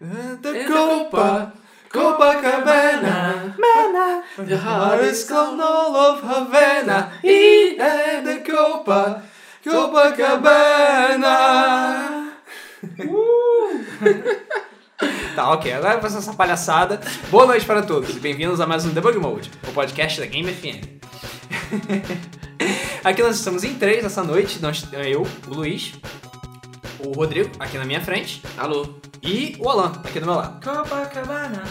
The Copa, Copacabana. Mana! The heart is gone all of Havana. E é the Copa, Copacabana. Uh! Tá, ok. Agora passou essa palhaçada. Boa noite para todos e bem-vindos a mais um Debug Mode, o podcast da Game FM. aqui nós estamos em três nessa noite. Nós, eu, o Luiz, o Rodrigo, aqui na minha frente, Alô. e o Alan, aqui do meu lado. Copacabana.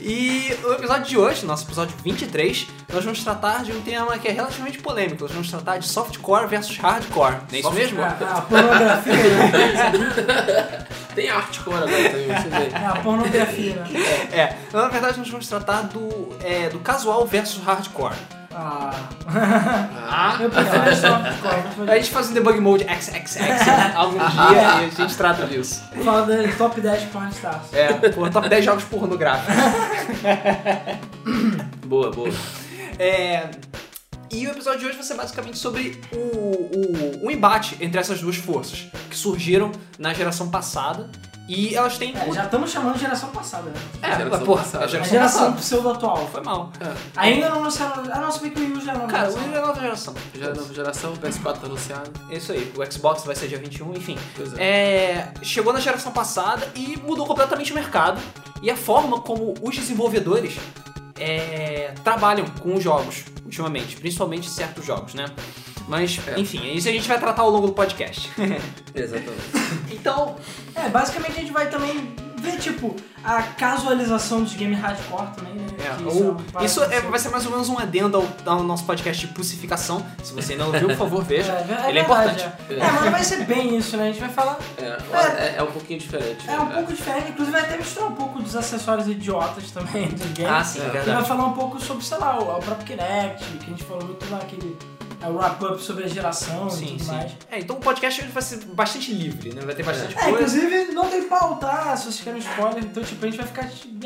E o episódio de hoje, nosso episódio 23, nós vamos tratar de um tema que é relativamente polêmico. Nós vamos tratar de softcore versus hardcore. Não é isso Softcore. mesmo? A pornografia, né? Tem hardcore agora também, você vê. É a pornografia, né? É. Na verdade, nós vamos tratar do, é, do casual versus hardcore. Ah. Ah, Eu prefiro softcore. A gente faz um debug mode XXX algum dia e a gente trata disso. Fala da top 10 pornstars. É, pô, top 10 jogos pornográficos. boa, boa. É, e o episódio de hoje vai ser basicamente sobre o, o, o embate entre essas duas forças que surgiram na geração passada e elas têm. É, já estamos chamando de geração passada, né? É, Geração mas, porra, passada. a A geração, geração passada. pseudo-atual. Foi mal. Ainda não anunciaram. Ah, não, se bem que o Wii U já não Cara, o anunciaram. Wii é nova geração. Já nova geração, o PS4 tá anunciado. É isso aí. O Xbox vai ser dia 21, enfim. Pois é. É, chegou na geração passada e mudou completamente o mercado e a forma como os desenvolvedores é, trabalham com os jogos ultimamente, principalmente certos jogos, né? Mas, É. enfim, isso a gente vai tratar ao longo do podcast. Exatamente. então, É, basicamente a gente vai também ver, tipo, a casualização dos games hardcore também, né? é, Que o- uma parada isso que é- você- vai ser mais ou menos um adendo ao, ao nosso podcast de pulsificação. Se você ainda não viu, por favor, veja. É, é Ele é verdade, importante. É, É, mas não vai ser bem isso, né? A gente vai falar. É, é, é um pouquinho diferente. É um né? pouco diferente, inclusive vai até misturar um pouco dos acessórios idiotas também dos games. Ah, sim, É. A gente vai verdade. falar um pouco sobre, sei lá, o, o próprio Kinect, que a gente falou muito naquele é, wrap-up sobre a geração e Sim, tudo sim. mais. É, então o podcast vai ser bastante livre, né? Vai ter bastante É, coisa. inclusive não tem pauta, ah, se vocês querem spoiler, então tipo, a gente vai ficar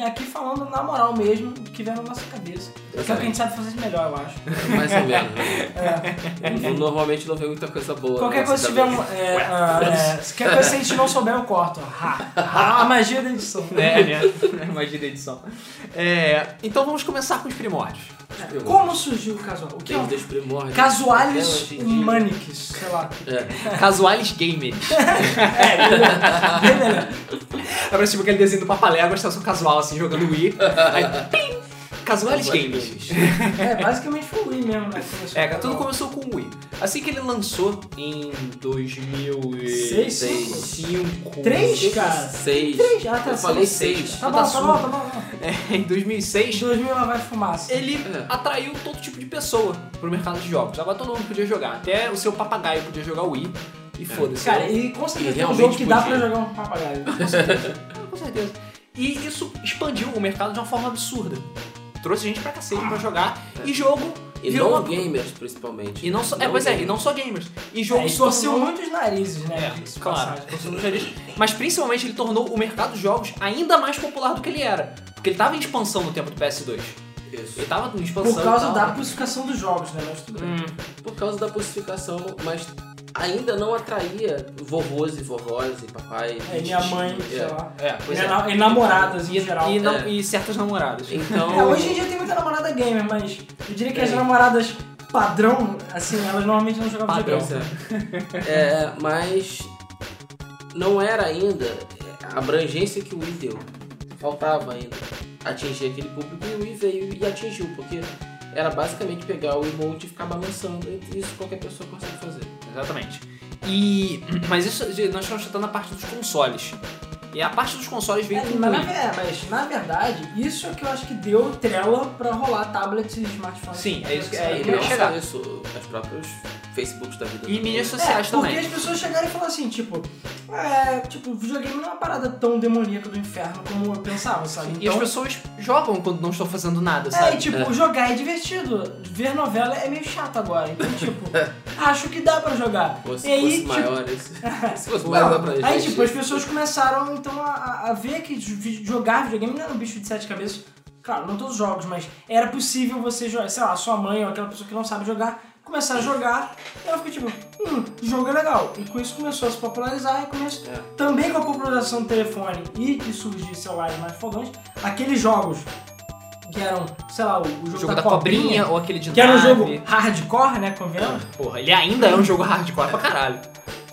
aqui falando na moral mesmo, o que vier na nossa cabeça. Que é o que a gente sabe fazer de melhor, eu acho. Mais ou menos. né? É, Eu normalmente não vê muita coisa boa. né? tá qualquer coisa se tiver um. É, ah, é, se qualquer coisa se a gente não souber, eu corto. Ha, ha, a magia da edição. É, né? Magia da edição. É, então vamos começar com os primórdios. Como surgiu o casual? O que é Tem um dos primórdios. Casualis né? Hoje em dia. Humanics, sei lá. É. Casualis Gamers. é, É pra tipo aquele desenho do Papaléguas, tá só casual assim, jogando Wii. Aí, pim! Casualis Gamers. É, basicamente foi o Wii mesmo, né? Começou É, com tudo o- começou com o Wii. Assim que ele lançou em 2005. Seis, cinco? Três, cara? Seis. Três, ah, tá, Eu falei seis. seis. Tá Eu bom, tá tá bom, surdo. tá bom, tá bom. É, em 2006, 2000 lá vai fumaça. ele É. atraiu todo tipo de pessoa pro mercado de jogos. Agora todo mundo podia jogar. Até o seu papagaio podia jogar Wii. E foda-se. É. É Cara, e com certeza E tem um realmente jogo que dá podia. pra jogar um papagaio. Ah, Com certeza. E isso expandiu o mercado de uma forma absurda. Trouxe gente pra cacete pra jogar. E jogo E virou não uma... gamers, principalmente. E não só, é, pois é, e não só gamers. E jogo É, e se torceu tornou... muitos narizes, né? então, É, diga-se de claro. passagem. torceu muitos nariz. Mas principalmente ele tornou o mercado de jogos ainda mais popular do que ele era. Porque ele tava em expansão no tempo do PS2. Isso. Ele tava em expansão. Por causa e tal. da pulsificação dos jogos, né? Mas tudo bem. Hum, Por causa da pulsificação, mas ainda não atraía vovôs e vovós e papai. É, minha mãe, sei lá. é, Hum. pois Minha é. na- E namoradas, em E, geral. e, não- É. e certas namoradas. Então. É, hoje em dia tem muita namorada gamer, mas eu diria que É. as Tem. namoradas padrão, assim, elas normalmente não jogavam Padrão. videogame. Pois é. É, mas não era ainda a abrangência que o Wii deu. Faltava ainda atingir aquele público e o Wii veio e atingiu, porque era basicamente pegar o emote e ficar balançando. e Isso qualquer pessoa consegue fazer. Exatamente. E. Mas isso. Nós estamos tratando a parte dos consoles. E a parte dos consoles veio É, com mas, na, Wii. é, mas na verdade, isso é que eu acho que deu trela pra rolar tablets e smartphones. Sim, é isso que- é, e eu queria não chegar. só isso, as próprias Facebooks da vida. E também. mídias É, sociais porque também. as pessoas chegaram e falaram assim, tipo, é, tipo, videogame não é uma parada tão demoníaca do inferno como eu pensava, sabe? E as pessoas né? jogam quando não estão fazendo nada, então É, e sabe? tipo, jogar é divertido. Ver novela é meio chato agora. Então, tipo, acho que dá pra jogar. Pô, se e aí, fosse tipo, maior isso. Se fosse Não, maior dá pra gente. aí, tipo, as pessoas começaram, então, a- a, a ver que vi- jogar videogame não era um bicho de sete cabeças. Claro, não todos os jogos, mas era possível você jogar. Sei lá, sua mãe ou aquela pessoa que não sabe jogar começaram a jogar, e ela ficou tipo, hum, jogo é legal. E com isso começou a se popularizar e começou, É. também com a popularização do telefone e que surgiu celulares mais fogantes, aqueles jogos que eram, sei lá, o, o jogo, O jogo da cobrinha ou aquele de que era um nave. jogo hardcore, né, convenhamos, Porra, ele ainda é um jogo hardcore pra caralho.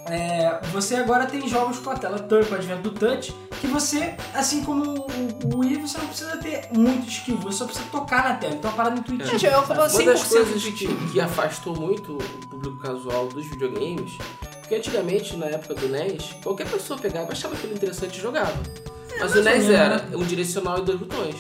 É, você agora tem jogos com a tela touch, com o advento do touch, que você, assim como o, o Wii, você não precisa ter muito skill, você só precisa tocar na tela, então é uma parada intuitiva. Gente, eu falo Uma das 100% coisas de que, que afastou muito o público casual dos videogames, porque antigamente, na época do NES, qualquer pessoa pegava, achava aquilo interessante e jogava. Mas o É, NES ou menos, né? era um direcional e dois botões.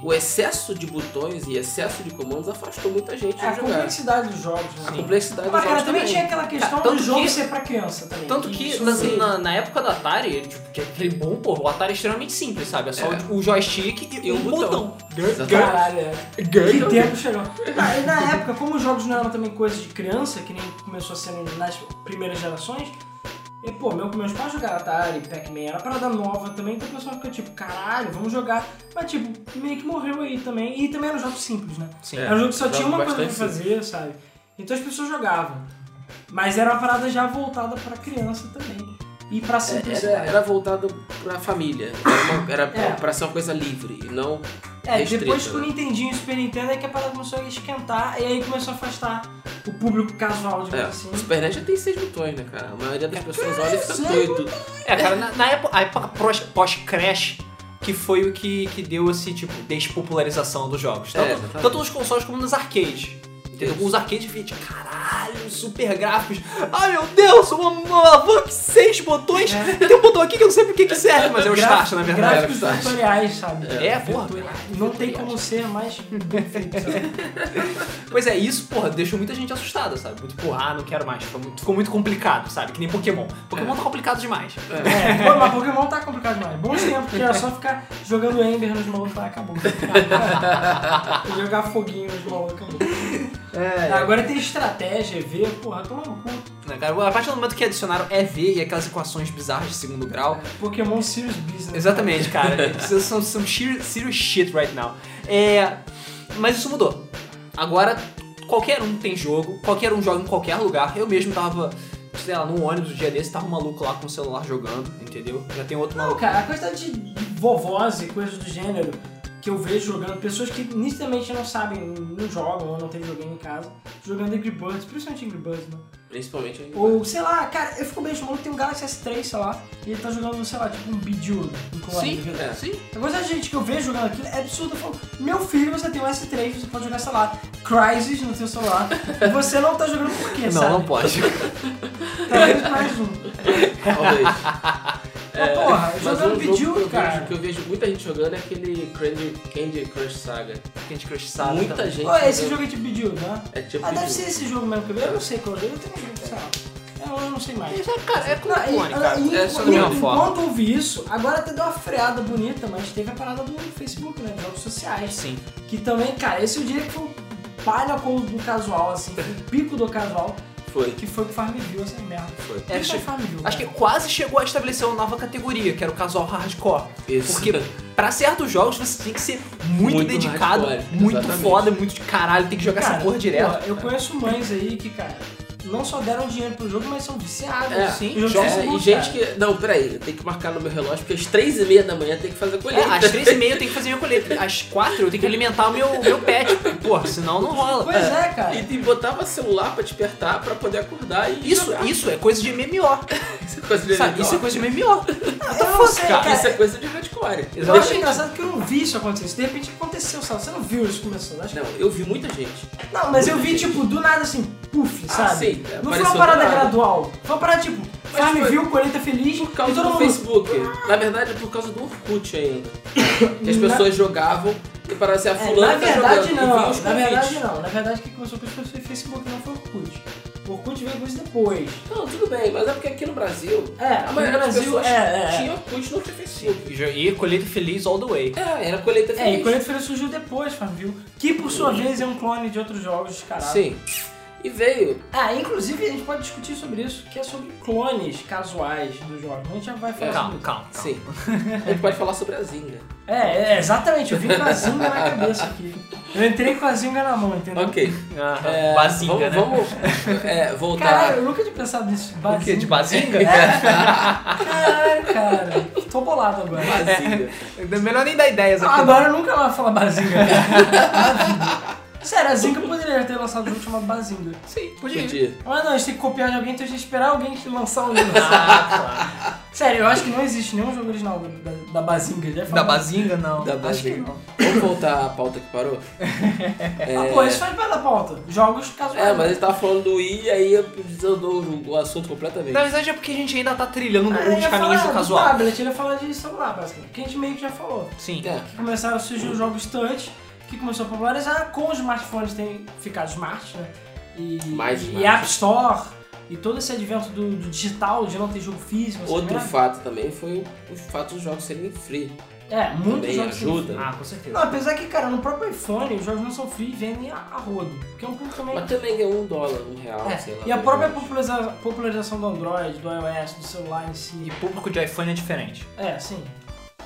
O excesso de botões e excesso de comandos afastou muita gente É a de jogar. complexidade dos jogos, A né? complexidade dos Mas, cara, jogos também também. tinha aquela questão Tanto do jogo que- ser pra criança também. Tanto que Isso na, sim. na- na época do Atari, tipo, que é aquele bom, pô, o Atari é extremamente simples, sabe? É só É. o joystick e, E um um botão. Exatamente. Caralho, é. Que tempo chegou. Na, e na época, como os jogos não eram também coisa de criança, que nem começou a ser nas primeiras gerações, e, pô, meu, meus pais jogaram Atari, Pac-Man, era parada nova também, então o pessoal fica tipo, caralho, vamos jogar. Mas, tipo, meio que morreu aí também. E também era um jogo simples, né? Sim. Era um jogo que só jogo tinha uma coisa pra bastante fazer, sabe? Então as pessoas jogavam. Mas era uma parada já voltada pra criança também. E pra Era, simplicidade. era voltado pra família. Era, uma, era É. pra ser uma coisa livre e não É, restrita, depois que o né? Nintendinho e o Super Nintendo é que a parada começou a esquentar e aí começou a afastar o público casual, digamos É, assim. o Super NES já tem seis botões, né, cara? A maioria É. das pessoas olha e fica doido. É, cara, na, na época, a época pós- pós-crash, que foi o que, que deu esse, tipo, despopularização dos jogos. É, Tanto, exatamente. tanto nos consoles como nos arcades. Entendeu? Isso. Os arcades vinha de caralho, super gráficos. Ai meu Deus, uma, uma alavanca, seis botões. É. Tem um botão aqui que eu não sei pro que que serve, mas é o Gra- start, na verdade. Gráficos Era o start. tutoriais, sabe? É, porra. Não tem como ser mais bem feito, sabe? Pois é, isso, porra, deixou muita gente assustada, sabe? Muito, porra, ah, não quero mais. Ficou muito, ficou muito complicado, sabe? Que nem Pokémon. Pokémon tá complicado demais. É. É, pô, mas Pokémon tá complicado demais. Bons tempos, que era só ficar jogando Ember nos malucos lá, acabou. E jogar foguinho nos malucos, acabou. É. É. Agora tem estratégia, EV, porra, toma no cu. Né, cara? A partir do momento que adicionaram EV e aquelas equações bizarras de segundo grau. Pokémon Serious Business. Exatamente, cara. Isso são, são sheer- serious shit right now. É. Mas isso mudou. Agora, qualquer um tem jogo, qualquer um joga em qualquer lugar. Eu mesmo tava, sei lá, num ônibus um dia desse, tava um maluco lá com o celular jogando, entendeu? Já tem outro Não, maluco. cara, a quantidade de vovós e coisas do gênero que eu vejo jogando, pessoas que nitidamente não sabem, não jogam ou não tem videogame em casa, jogando Angry Birds, principalmente Angry Birds, né? Principalmente aí. Ou, sei lá, cara, eu fico bem chamando, tem um Galaxy S3, sei lá, e ele tá jogando, sei lá, tipo um Bidule. um clone, Sim, entendeu? é. sim. A quantidade de gente que eu vejo jogando aquilo é absurda. Eu falo, meu filho, você tem um S3, você pode jogar, sei lá, Crysis no seu celular, e você não tá jogando por quê, sabe? Não, não pode. Talvez mais um. Talvez. Mas, porra, É, é Mas jogando um jogo que eu Bidule, vejo- cara... que eu vejo muita gente jogando é aquele Candy, Candy Crush Saga. Candy Crush sabe. muita também. gente. Pô, esse jogando- jogo é tipo Bidule, né? É tipo. Ah, deve isso. ser esse jogo mesmo que eu vi. Eu não sei qual jogo. Eu também, sei lá. Eu eu não sei mais. Isso é, cara, é como Não, e- clone, cara. e- É só da e- mesma forma. enquanto houve isso, agora até deu uma freada bonita, mas teve a parada do Facebook, né? Jogos sociais. Sim. Que também, cara, esse é o dia que foi o palha com do casual, assim, foi o pico do casual, Foi. que foi com Farmville, essa merda. Foi. É, Isso acho- Farmville. Acho que cara. quase chegou a estabelecer uma nova categoria, que era o casual hardcore. Isso. Porque pra certos jogos você tem que ser muito, Muito dedicado, hardcore, muito exatamente. foda, muito de caralho, tem que jogar Cara, essa porra direto. pô, eu conheço mães aí que, cara, não só deram dinheiro pro jogo, mas são viciadas. É, assim, sim, jogo de É, Facebook, e gente cara. que. Não, peraí, eu tenho que marcar no meu relógio, porque às três e meia da manhã tem que fazer a É, colheita. às três e meia eu tenho que fazer minha colheita. Às quatro eu tenho que alimentar o meu, meu pet. Porra, senão não rola. Pois é, cara. E, e botava celular pra despertar pra poder acordar e. Isso, jogar. isso é coisa de MMO. Isso é coisa de Sabe? Isso é hardcore. coisa de MMO. Eu não sei, cara. cara. Isso é coisa de hardcore. Eu acho Exatamente. engraçado que eu não vi isso acontecer. Isso de repente aconteceu, sabe? Você não viu isso começando. Acho que... Não, eu vi muita gente. Não, mas eu vi, tipo, do nada assim, puf, Ah, sabe? sim, não foi apareceu uma do parada nada. gradual. Foi uma parada, tipo, Mas Farm foi- viu, colheita feliz, Por causa e todo do mundo. Facebook. Na verdade, é por causa do Orkut ainda. Que as Na- pessoas jogavam e paravam assim, a É, fulana na verdade tá jogando. e vinha os não, na convites. verdade não. Na verdade, quem começou com isso foi o Facebook, não foi o Orkut. O Orkut veio com isso depois. Não, tudo bem, mas é porque aqui no Brasil, É, a no maioria das Brasil, pessoas é, é, é. tinha Orkut e não tinha Facebook. E colheita feliz all the way. É, era colheita É, feliz. e colheita feliz surgiu depois, Farmville, que por sua vez é um clone de outros jogos, caralho. Sim. E veio. Ah, inclusive a gente pode discutir sobre isso, que é sobre clones casuais dos jogos. A gente já vai falar sobre Calma, isso. calma, calma. Sim. A gente pode falar sobre a Zinga. É, é, exatamente, eu vim com a zinga na cabeça aqui. Eu entrei com a zinga na mão, entendeu? Ok. Aham, É, bazinga, vamos, né? Vamos é, voltar. Caralho, eu nunca tinha pensado nisso. O quê? De bazinga. bazinga? Caralho, cara. Tô bolado agora. Bazinga. É. Melhor nem dar ideias aqui. Agora eu nunca mais falo bazinga. Sério, a Zinga poderia ter lançado um jogo chamado Bazinga. Sim, podia. Podia. Mas não, a gente tem que copiar de alguém, então a gente tem que esperar alguém que lançar um livro. Ah, Sério, eu acho que não existe nenhum jogo original da, da Bazinga. Já é claro. Da falei. bazinga, não. Da Acho que bazinga. não. Vamos voltar à pauta que parou? Ah, pô, isso faz parte da pauta. Jogos casuais. É, mas ele tava falando do I e aí eu desandou o o assunto completamente. Na verdade é porque a gente ainda tá trilhando Ah, ele uns ia caminhos falar do casual. tablet, ele ia falar de celular, basicamente. Que a gente meio que já falou. Sim. É. Que começaram a surgir os jogos touch, que começou a popularizar com os smartphones tem ficado smart, né? E, Mais e smart. App Store, e todo esse advento do, do digital, de não ter jogo físico, assim, Outro né? fato também foi o fato dos jogos serem free. É, muitos também jogos são ajuda. free. Ah, com Não, certeza. apesar que, cara, no próprio iPhone os jogos não são free e vendem a, a rodo. Porque é um público também. Mas também é um dólar, um real, sei lá. É, e a dois própria reais. populariza- popularização do Android, do iOS, do celular em si. E público de iPhone é diferente. É, sim.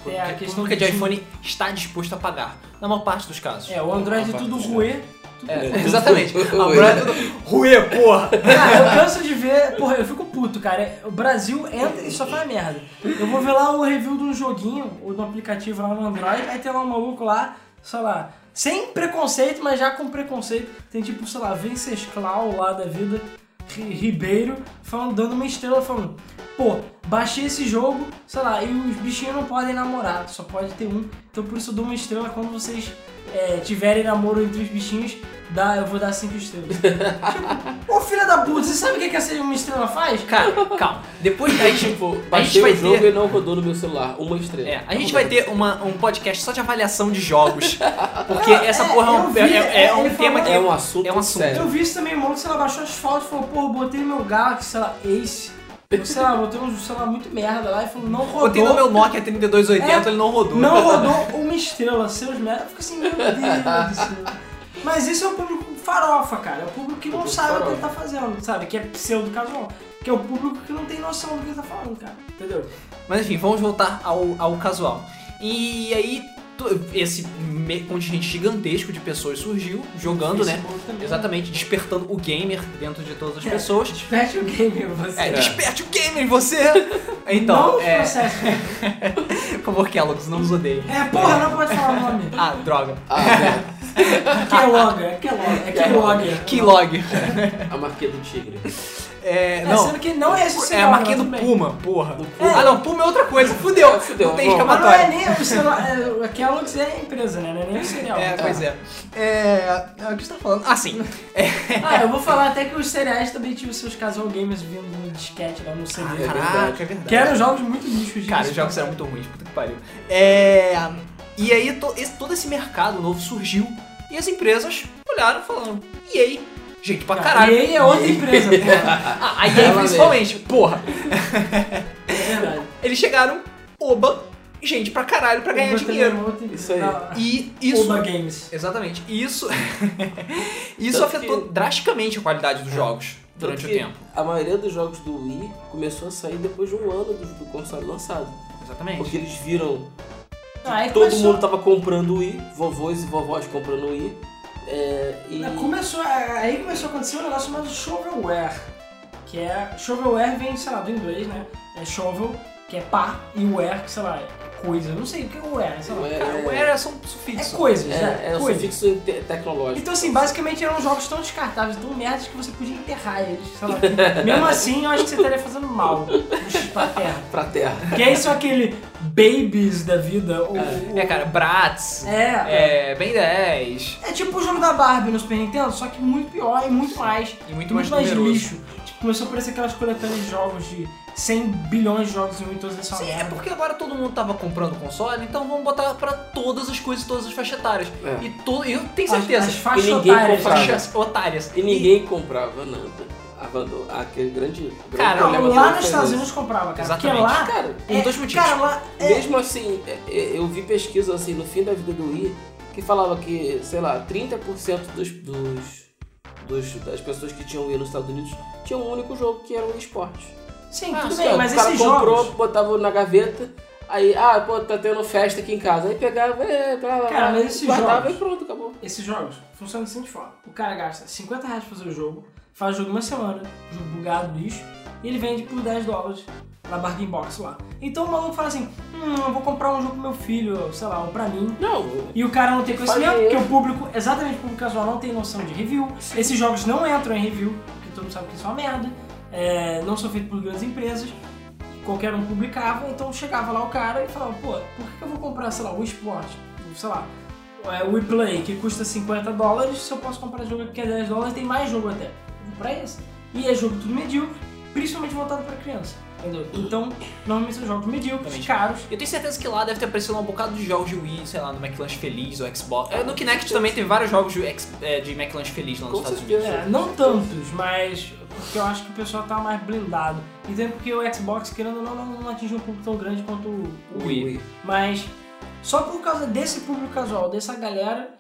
Porque É a questão público de do- iPhone está disposto a pagar. Na maior parte dos casos. É, o Android é Uma tudo parte ruê. É, tudo- Exatamente. tudo- A mulher é tudo. Ruê, porra! Cara, eu canso de ver. Porra, eu fico puto, cara. O Brasil entra e só faz merda. Eu vou ver lá o review de um joguinho ou de um aplicativo lá no Android, aí tem lá um maluco lá, sei lá, sem preconceito, mas já com preconceito. Tem tipo, sei lá, Venceslau lá da vida, Ri- Ribeiro, falando, dando uma estrela, falando, pô, baixei esse jogo, sei lá, e os bichinhos não podem namorar, só pode ter um. Então por isso eu dou uma estrela quando vocês. é, tiverem namoro entre os bichinhos, dá, eu vou dar cinco estrelas. Ô filha da puta, você sabe o que, que essa uma estrela faz? Cara, calma. Depois da gente. Tipo, a gente baixei vai o jogo ter. e não rodou no meu celular. Uma estrela. É, a gente Tá vai bom. ter uma- um podcast só de avaliação de jogos. Porque É, essa é, porra é um, eu vi, é- é- é ele um tema falou- que. É um assunto, É um assunto. sério. Eu vi isso também, mano, que sei lá, baixou asfalto e falou, pô, botei no meu Galaxy, sei lá, Ace. Eu, sei lá, botei um celular muito merda lá e falou, não rodou. Botei no meu Nokia 3280, É. ele não rodou. Não rodou uma estrela, seus merda. Eu fico assim, meu Deus do céu. Mas isso é o público farofa, cara. É o público que não Público sabe o que ele farofa. tá fazendo, sabe? Que é pseudo casual. Que é o público que não tem noção do que ele tá falando, cara. Entendeu? Mas enfim, vamos voltar ao, ao casual. E aí, to- esse me- contingente gigantesco de pessoas surgiu jogando, né? Facebook também. Exatamente, despertando o gamer dentro de todas as É. pessoas. Desperte o gamer, você. É, É. desperte o gamer em você! Então, não os é, processos. por favor, Kellogg's, não nos odeiem. É, porra, não pode falar o nome. Ah, droga. Ah, Keylogger, é Keylogger, é Keylogger. Keylog. é. a marquinha do tigre. É, É, não. sendo que não é esse o É celular. a marquinha mas do tudo bem. Puma, porra. Ah, não, Puma é outra coisa. Fudeu. Fudeu, Não tem bom. Mas não é escapatória. nem o celular, é, a Kellogg's é a empresa, né? Não é nem o cereal. É, pois é. É. ah, O que você tá falando? Ah, sim. Ah, eu vou falar até que os cereais também tinham seus casual gamers vindo no disquete lá no CD. verdade. é verdade. que eram jogos muito lixos, gente. Cara, os jogos eram muito ruins, puta que pariu. É. E aí to- esse- todo esse mercado novo surgiu e as empresas olharam e falaram, e aí? Gente pra caralho. E aí é outra empresa, porra. Ah, a EA Ela principalmente, porra. É verdade. Eles chegaram, oba, gente pra caralho pra ganhar Eu botei dinheiro. uma outra empresa. Isso aí. Tá. E isso. Oba Games. Exatamente. E isso. isso Tanto afetou drasticamente a qualidade É. dos jogos durante o que tempo. A maioria dos jogos do Wii começou a sair depois de um ano do, do console lançado. Exatamente. Porque eles viram Ah, aí Todo começou- mundo tava comprando o Wii, vovôs e vovós comprando o Wii. É, e Não, Começou, aí começou a acontecer um negócio chamado shovelware, que é, shovelware vem, sei lá, do inglês, né, é shovel, que é pá, e ware, que sei lá, é coisa, não sei o que é ware, sei lá, é, Cara, o era é só um é sufixo. coisas, é, é um coisas. sufixo te- tecnológico. Então assim, basicamente eram jogos tão descartáveis, tão merdas que você podia enterrar eles, sei lá, mesmo assim eu acho que você estaria fazendo mal puxa, pra terra, Pra terra. que é isso aquele babies da vida, ou... É, cara, Bratz. é, É, Ben 10. é tipo o jogo da Barbie no Super Nintendo, só que muito pior e muito mais. E muito muito mais mais, numeroso. lixo. Tipo, começou a aparecer aquelas coletâneas de jogos de 100 bilhões de jogos em um e todos essa Sim, é merda. porque agora todo mundo tava comprando console, então vamos botar pra todas as coisas, todas as faixas etárias. É. E to... eu tenho As- certeza. As faixas E ninguém otárias, comprava. né? Faixas otárias. E ninguém comprava nada. Abandonou. Aquele grande. grande Cara, Não, problema lá do nos Nintendo. Estados Unidos comprava, cara. Porque Exatamente. lá... Cara, Por dois motivos. Cara, lá... É, mesmo assim, é, é, eu vi pesquisa assim no fim da vida do Wii que falava que, sei lá, 30% dos, dos dos- das pessoas que tinham Wii nos Estados Unidos tinha um único jogo que era o Wii Sports. Sim, Ah, tudo cara, bem, mas o cara esses comprou, jogos... botava na gaveta, aí, ah, pô, tá tendo festa aqui em casa. Aí pegava, é, blá, blá, Cara, blá, mas esses guardava jogos- e pronto, acabou. Esses jogos funcionam da seguinte forma. O cara gasta 50 reais pra fazer o jogo, faz o jogo uma semana, jogo bugado, lixo, e ele vende por 10 dólares na Bargain Box lá. Então o maluco fala assim, hum, eu vou comprar um jogo pro meu filho, sei lá, um pra mim. Não, E o cara não tem Faz conhecimento, dinheiro. porque o público, exatamente o público casual, não tem noção de review. Esses jogos não entram em review, porque todo mundo sabe que isso é uma merda. É, não são feitos por grandes empresas. Qualquer um publicava, então chegava lá o cara e falava, pô, por que que eu vou comprar, sei lá, o Sport, sei lá, é, o WePlay, que custa 50 dólares, se eu posso comprar jogo que é 10 dólares, tem mais jogo até. Vou comprar esse. E é jogo tudo medíocre, principalmente voltado pra criança. Entendeu? Então, normalmente são jogos medíocres, Exatamente. caros. Eu tenho certeza que lá deve ter aparecido um bocado de jogos de Wii, sei lá, no McLanche Feliz ou Xbox. É, No Kinect também teve vários jogos de, X- é, de McLanche Feliz lá nos com Estados certeza. É, não tantos, mas porque eu acho que o pessoal tá mais blindado. E também porque o Xbox, querendo ou não, não, não atingiu um público tão grande quanto o Unidos. Wii. Wii. Mas só por causa desse público casual, dessa galera,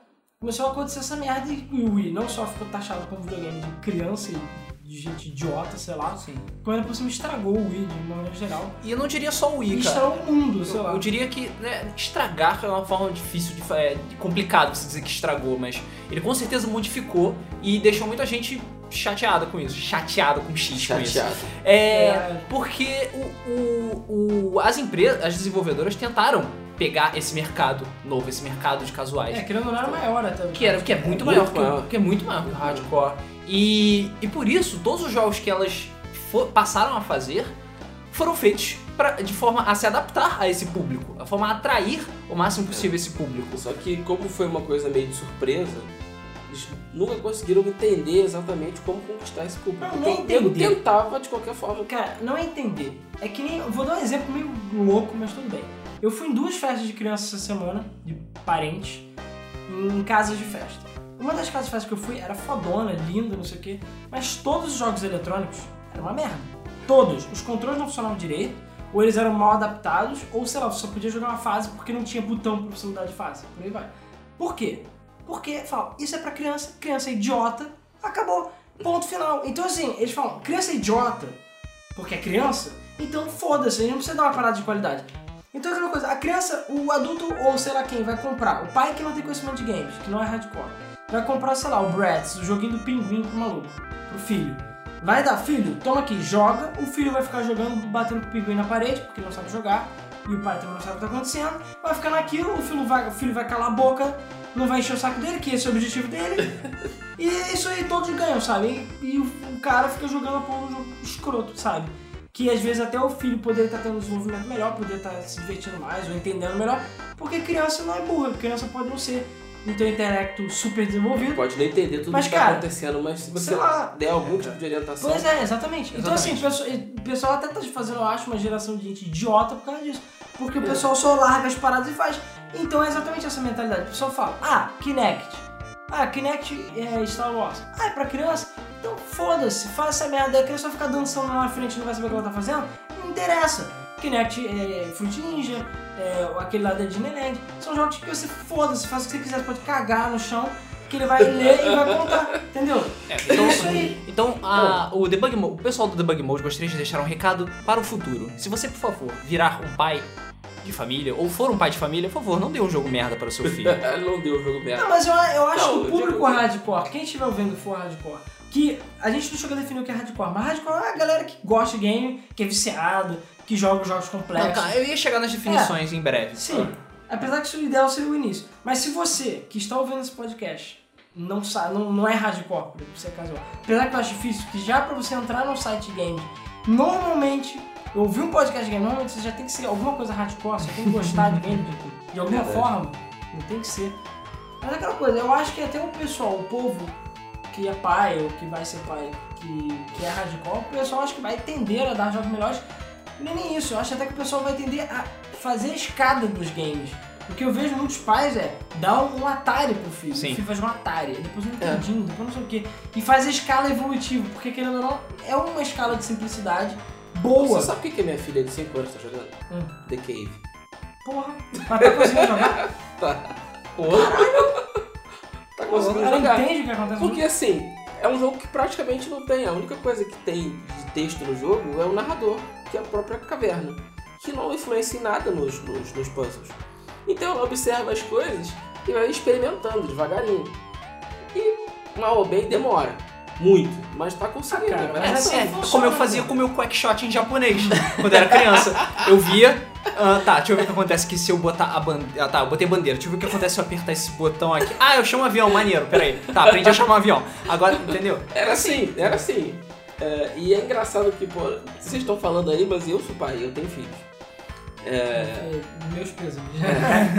começou a acontecer essa merda e o Wii não só ficou taxado como videogame de criança e de gente idiota, sei lá, Sim. como ainda por cima estragou o Wii de uma maneira geral. E eu não diria só o E Wii, cara. estragou o mundo, sei Eu, lá. eu diria que né, estragar é uma forma difícil, de, fa- é complicado você dizer que estragou, mas ele com certeza modificou e deixou muita gente chateada com isso. Chateada com X com isso. Chateado. É, É. porque o, o- o- as empresas, as desenvolvedoras tentaram pegar esse mercado novo, esse mercado de casuais. É, querendo ou não era maior até. Que, era, que é muito, Muito maior, que o- maior. que é muito maior que o hardcore. E, e por isso, todos os jogos que elas fo- passaram a fazer foram feitos pra- de forma a se adaptar a esse público, a forma a atrair o máximo possível esse público. Só que como foi uma coisa meio de surpresa, eles nunca conseguiram entender exatamente como conquistar esse público. Não, Então, nem o nego entender. tentava de qualquer forma. Cara, não é entender. É que nem. eu Vou dar um exemplo meio louco, mas tudo bem. Eu fui em duas festas de criança essa semana, de parentes, em casas de festa. Uma das casas de festa que eu fui era fodona, linda, não sei o quê, mas todos os jogos eletrônicos eram uma merda. Todos. Os controles não funcionavam direito, ou eles eram mal adaptados, ou sei lá, você só podia jogar uma fase porque não tinha botão pra você mudar de fase. Por aí vai. Por quê? Porque, falam, isso é pra criança, criança é idiota, acabou. Ponto final. Então, assim, eles falam, criança é idiota, porque é criança, então foda-se, a gente não precisa dar uma parada de qualidade. Então é aquela coisa, a criança, o adulto ou sei lá quem vai comprar, o pai que não tem conhecimento de games, que não é hardcore, vai comprar, sei lá, o Bratz, o joguinho do pinguim pro maluco, pro filho. Vai dar, filho, toma aqui, joga, o filho vai ficar jogando, batendo com o pinguim na parede, porque ele não sabe jogar, e o pai também não sabe o que tá acontecendo, vai ficar naquilo, o filho vai, o filho vai calar a boca, não vai encher o saco dele, que esse é o objetivo dele, e isso aí todos ganham, sabe? E, e o, o cara fica jogando a porra do jogo escroto, sabe? Que às vezes até o filho poderia estar tendo um desenvolvimento melhor, poderia estar se divertindo mais ou entendendo melhor, porque criança não é burra, criança pode não ser. Não tem um intelecto super desenvolvido. Pode não entender tudo Mas, que tá cara, acontecendo, mas se você sei lá. der algum tipo de orientação, Pois é, exatamente. Então assim, o Exatamente. pessoal, o pessoal até tá fazendo, eu acho, uma geração de gente idiota por causa disso. Porque o pessoal só larga as paradas e faz. Então é exatamente essa mentalidade. O pessoal fala, ah, Kinect. Ah, Kinect é Star Wars. Ah, é pra criança? Então foda-se, faz essa merda aí, a criança vai ficar dançando lá na frente e não vai saber o que ela tá fazendo? Não interessa. Kinect é Fruit Ninja, é, aquele lá da Disneyland. São jogos que você foda-se, faz o que você quiser, você pode cagar no chão, que ele vai ler e vai contar, entendeu? É, É então, isso aí. então a- o, Debug Mode, o pessoal do Debug Mode gostaria de deixar um recado para o futuro. Se você, por favor, virar um pai de família, ou for um pai de família, por favor, não dê um jogo merda para o seu filho. não deu o jogo merda. Não, mas eu, eu acho Não, que o eu público digo- hardcore, quem estiver ouvindo for hardcore, que a gente não chegou a definir o que é hardcore, mas hardcore é a galera que gosta de game, que é viciado, que joga os jogos Não, complexos. cara, é eu ia chegar nas definições em breve. Sim, apesar que isso é o ideal seria o início. Mas se você, que está ouvindo esse podcast, não sabe, não, não é hardcore, por exemplo, você é casual, apesar que eu acho difícil, que já pra você entrar no site de games, normalmente, eu ouvi um podcast de game, normalmente você já tem que ser alguma coisa hardcore, você tem que gostar de game, de, de alguma Verdade. forma, não tem que ser. Mas é aquela coisa, eu acho que até o pessoal, o povo que é pai ou que vai ser pai, que, que é hardcore, o pessoal acho que vai tender a dar jogos melhores. Nem nem isso, eu acho até que o pessoal vai tender a fazer a escada dos games. O que eu vejo muitos pais é dar um Atari pro filho. Sim. O filho faz um Atari, depois um É. Nintendinho, depois não sei o quê. E faz a escala evolutiva, porque querendo ou não, é uma escala de simplicidade boa. Você sabe o que, que minha filha de 5 anos tá jogando? Hum. The Cave. Porra, mas tá conseguindo jogar? Tá. Pô. tá conseguindo Ela jogar. Tá entende o que acontece no Porque assim, é um jogo que praticamente não tem. A única coisa que tem de texto no jogo é o narrador, que é a própria caverna, que não influencia em nada nos, nos, nos puzzles. Então ela observa as coisas e vai experimentando devagarinho. E mal ou bem demora. Muito, mas tá conseguindo. Ah, cara, vai É, mas avançando. assim é, funciona, como eu fazia com o meu quackshot em japonês quando eu era criança. Eu via. ah, tá, deixa eu ver o que acontece aqui se eu botar a bandeira. Ah, tá, eu botei bandeira. Deixa eu ver o que acontece se eu apertar esse botão aqui. Ah, eu chamo avião, maneiro, peraí. Tá, aprendi a chamar avião. Agora, entendeu? Era assim, era assim. É, e é engraçado que, pô, vocês estão falando aí, mas eu sou pai, eu tenho filhos. É, Meus pesos.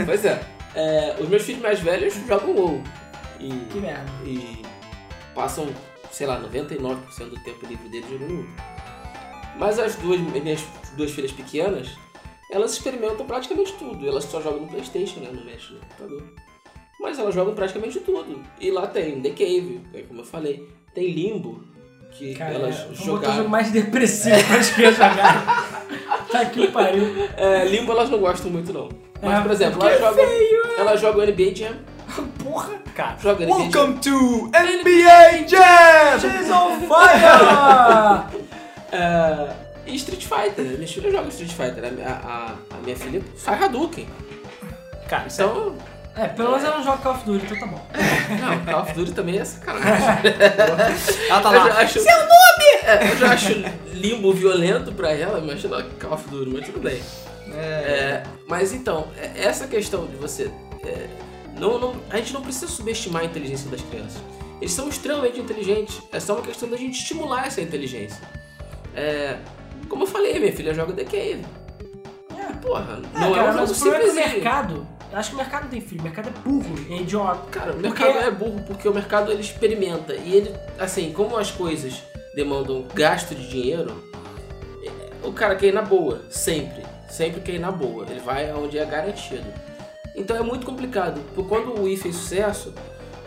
pois é. É, Os meus filhos mais velhos jogam WoW. E que merda. e passam, sei lá, 99% do tempo livre deles jogando Uno. Mas as duas minhas duas filhas pequenas, elas experimentam praticamente tudo. Elas só jogam no Playstation, né? Não mexem no computador. Mas elas jogam praticamente tudo. E lá tem The Cave, né, como eu falei. Tem Limbo, que Cara, elas vamos botar o jogaram. jogo mais depressivo pra as crianças jogarem. Tá que pariu. É, Limbo elas não gostam muito, não. Mas, É, por exemplo, porque elas jogam, elas jogam NBA Jam. Porra, cara. Joga NBA Jam. Welcome to NBA Jam! She's on fire! É, e Street Fighter. Minhas filhas jogam Street Fighter. A, a- a minha filha faz Hadouken. Cara, isso é Então, É, pelo menos ela não joga Call of Duty, então tá bom. Não, Call of Duty também é sacanagem. Ela tá Eu já lá. acho... Seu nome! Eu já acho limbo violento pra ela, imagina Call of Duty, mas tudo bem. É, mas então, é- essa questão de você. é, não, não- a gente não precisa subestimar a inteligência das crianças. Eles são extremamente inteligentes. É só uma questão da gente estimular essa inteligência. É, como eu falei, minha filha joga The Cave. Porra, não cara, é um jogo mas o problema é que o simplesinho. mercado. Acho que o mercado não tem filho, o mercado é burro, é idiota. Cara, o Porque- mercado é burro porque o mercado ele experimenta e ele, assim, como as coisas demandam gasto de dinheiro, é, o cara quer ir na boa, sempre, sempre quer ir na boa, ele vai aonde é garantido. Então é muito complicado, porque quando o Wii fez sucesso,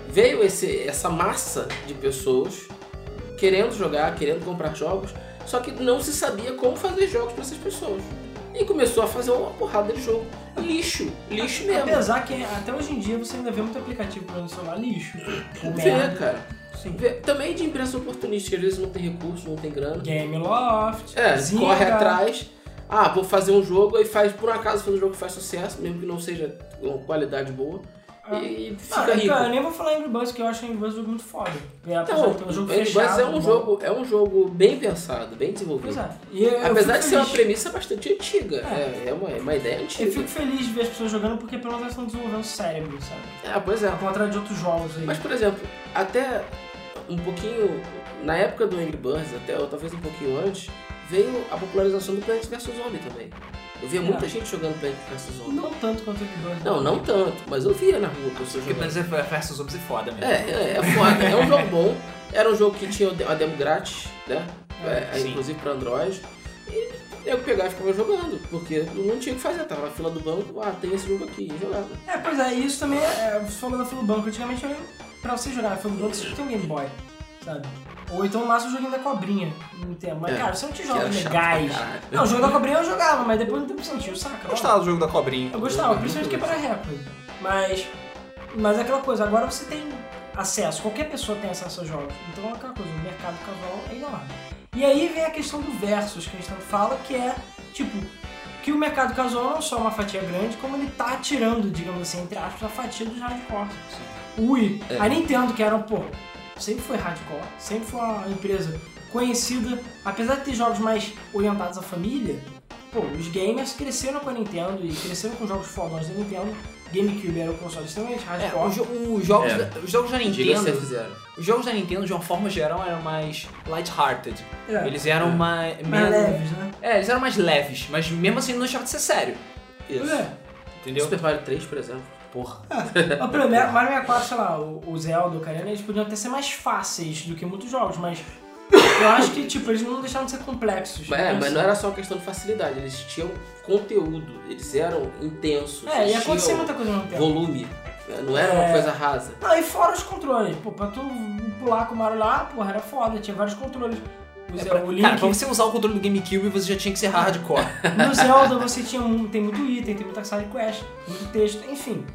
veio esse, essa massa de pessoas querendo jogar, querendo comprar jogos, só que não se sabia como fazer jogos para essas pessoas. E começou a fazer uma porrada de jogo. Lixo, lixo mesmo. Apesar que até hoje em dia você ainda vê muito aplicativo pra celular lixo. Com Vê, merda. cara. Sim. Vê- Também de imprensa oportunista, que às vezes não tem recurso, não tem grana. Game Loft. É, Zynga. corre atrás. Ah, vou fazer um jogo e faz, por um acaso, faz um jogo que faz sucesso, mesmo que não seja uma qualidade boa. E Ah, fica rico. cara, eu nem vou falar Angry Birds, que eu acho Angry Birds um jogo muito foda. É, apesar Então, de ter um jogo Angry fechado, Birds é um bom. jogo, é um jogo bem pensado, bem Pois desenvolvido. é. E eu- eu Apesar fico de ser uma feliz. premissa bastante antiga. É. É, é, uma, é uma ideia Eu antiga. fico feliz de ver as pessoas jogando porque pelo menos elas estão desenvolvendo o cérebro, sabe? É, pois é. Ao contrário de outros jogos aí. Mas, por exemplo, até um pouquinho. Na época do Angry Birds, até, ou talvez um pouquinho antes, veio a popularização do Plants vs Zombie também. Eu via É. muita gente jogando Plants vs Zombie. Não tanto quanto o né? Angry Birds. Não, não tanto, mas eu via na rua pessoas Porque jogando. Plants vs Zombies é foda É, mesmo. é, é foda. É um jogo bom. Era um jogo que tinha uma demo grátis, né? É, Sim. inclusive pra Android. E eu pegava e ficava jogando, porque não tinha o que fazer. Tava na fila do banco, ah, tem esse jogo aqui, e jogava. É, pois é, e isso também é. Você falou da Filo Banco. Antigamente, eu, pra você jogar na Filo Banco, você tinha que ter um Game Boy, sabe? Ou então, no máximo, o joguinho da cobrinha. Não tem. Mas, É, cara, são Que tijolos era chato legais. pra caralho. Não, o jogo da cobrinha eu jogava, mas depois não tem sentido, saca? Eu gostava do jogo da cobrinha. Eu gostava, Eu principalmente muito quebrar recorde. Mas. Mas é aquela coisa, agora você tem acesso, qualquer pessoa tem acesso a jogos. Então é aquela coisa, o mercado casual é enorme. E aí vem a questão do versus que a gente tanto fala, que é, tipo, que o mercado casual não só é uma fatia grande, como ele tá tirando, digamos assim, entre aspas, a fatia dos hardcore. Ui, É. a Nintendo, que era, um, pô, sempre foi hardcore, sempre foi uma empresa conhecida, apesar de ter jogos mais orientados à família, pô, os gamers cresceram com a Nintendo e cresceram com jogos fodões da Nintendo. GameCube era um console extremamente É, hardcore. os, jo- os jogos É. da- os jogos da Diga se Nintendo. fizeram. Os jogos da Nintendo, de uma forma geral, eram mais light-hearted. É, Eles eram É. mais. mais menos- leves, né? É, eles eram mais leves, mas mesmo assim não deixava de ser sério. Isso. É. Entendeu? Super Mario 3, por exemplo. Porra. Ah, Mas, por exemplo, Mario 64, sei lá, o o Zelda, o Karina, eles podiam até ser mais fáceis do que muitos jogos, mas eu acho que, tipo, eles não deixaram de ser complexos. Mas, é, Eles- mas não era só uma questão de facilidade, eles tinham conteúdo, eles eram intensos, É, e eles acontecia tinham muita coisa ao mesmo tempo. volume, né? não era uma É. coisa rasa. Não, e fora os controles. Pô, pra tu pular com o Mario lá, porra, era foda. Tinha vários controles. É O, Zelda, o Link, Cara, pra você usar o controle do GameCube, você já tinha que ser hardcore. no Zelda você tinha um, tem muito item, tem muita side quest, muito texto, enfim.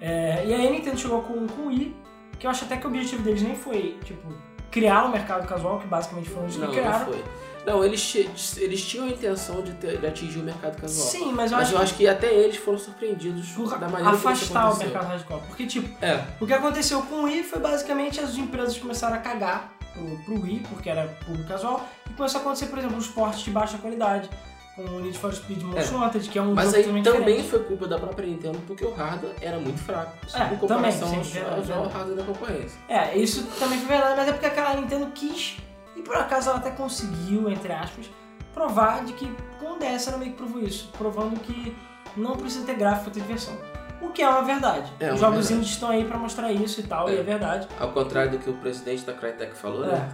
É, e aí a Nintendo chegou com, com o Wii, que eu acho até que o objetivo deles nem foi, tipo, criaram o mercado casual, que basicamente foram eles que Não, não criaram. foi. Não, eles, che- eles tinham a intenção de, ter- de atingir o mercado casual. Sim, mas eu Mas acho eu acho que até eles foram surpreendidos que da maneira afastar como o isso aconteceu. mercado hardcore. Porque, tipo, É, O que aconteceu com o Wii foi basicamente as empresas começaram a cagar pro, pro Wii, porque era público casual, e começou a acontecer, por exemplo, os portes de baixa qualidade, como o Need for Speed Most Wanted, que é um mas jogo aí também totalmente diferente. foi culpa da própria Nintendo porque o hardware era muito fraco. É, em comparação também, aos- sim, é, aos- verdade, ao verdade. hardware da concorrência. É, isso também foi verdade, mas é porque aquela Nintendo quis, e por acaso ela até conseguiu, entre aspas, provar de que com o DS era meio que provou isso, provando que não precisa ter gráfico pra ter diversão. O que é uma verdade. É uma Os jogos verdade. indies estão aí pra mostrar isso e tal, É. e é verdade. Ao contrário do que o presidente da Crytek falou, né?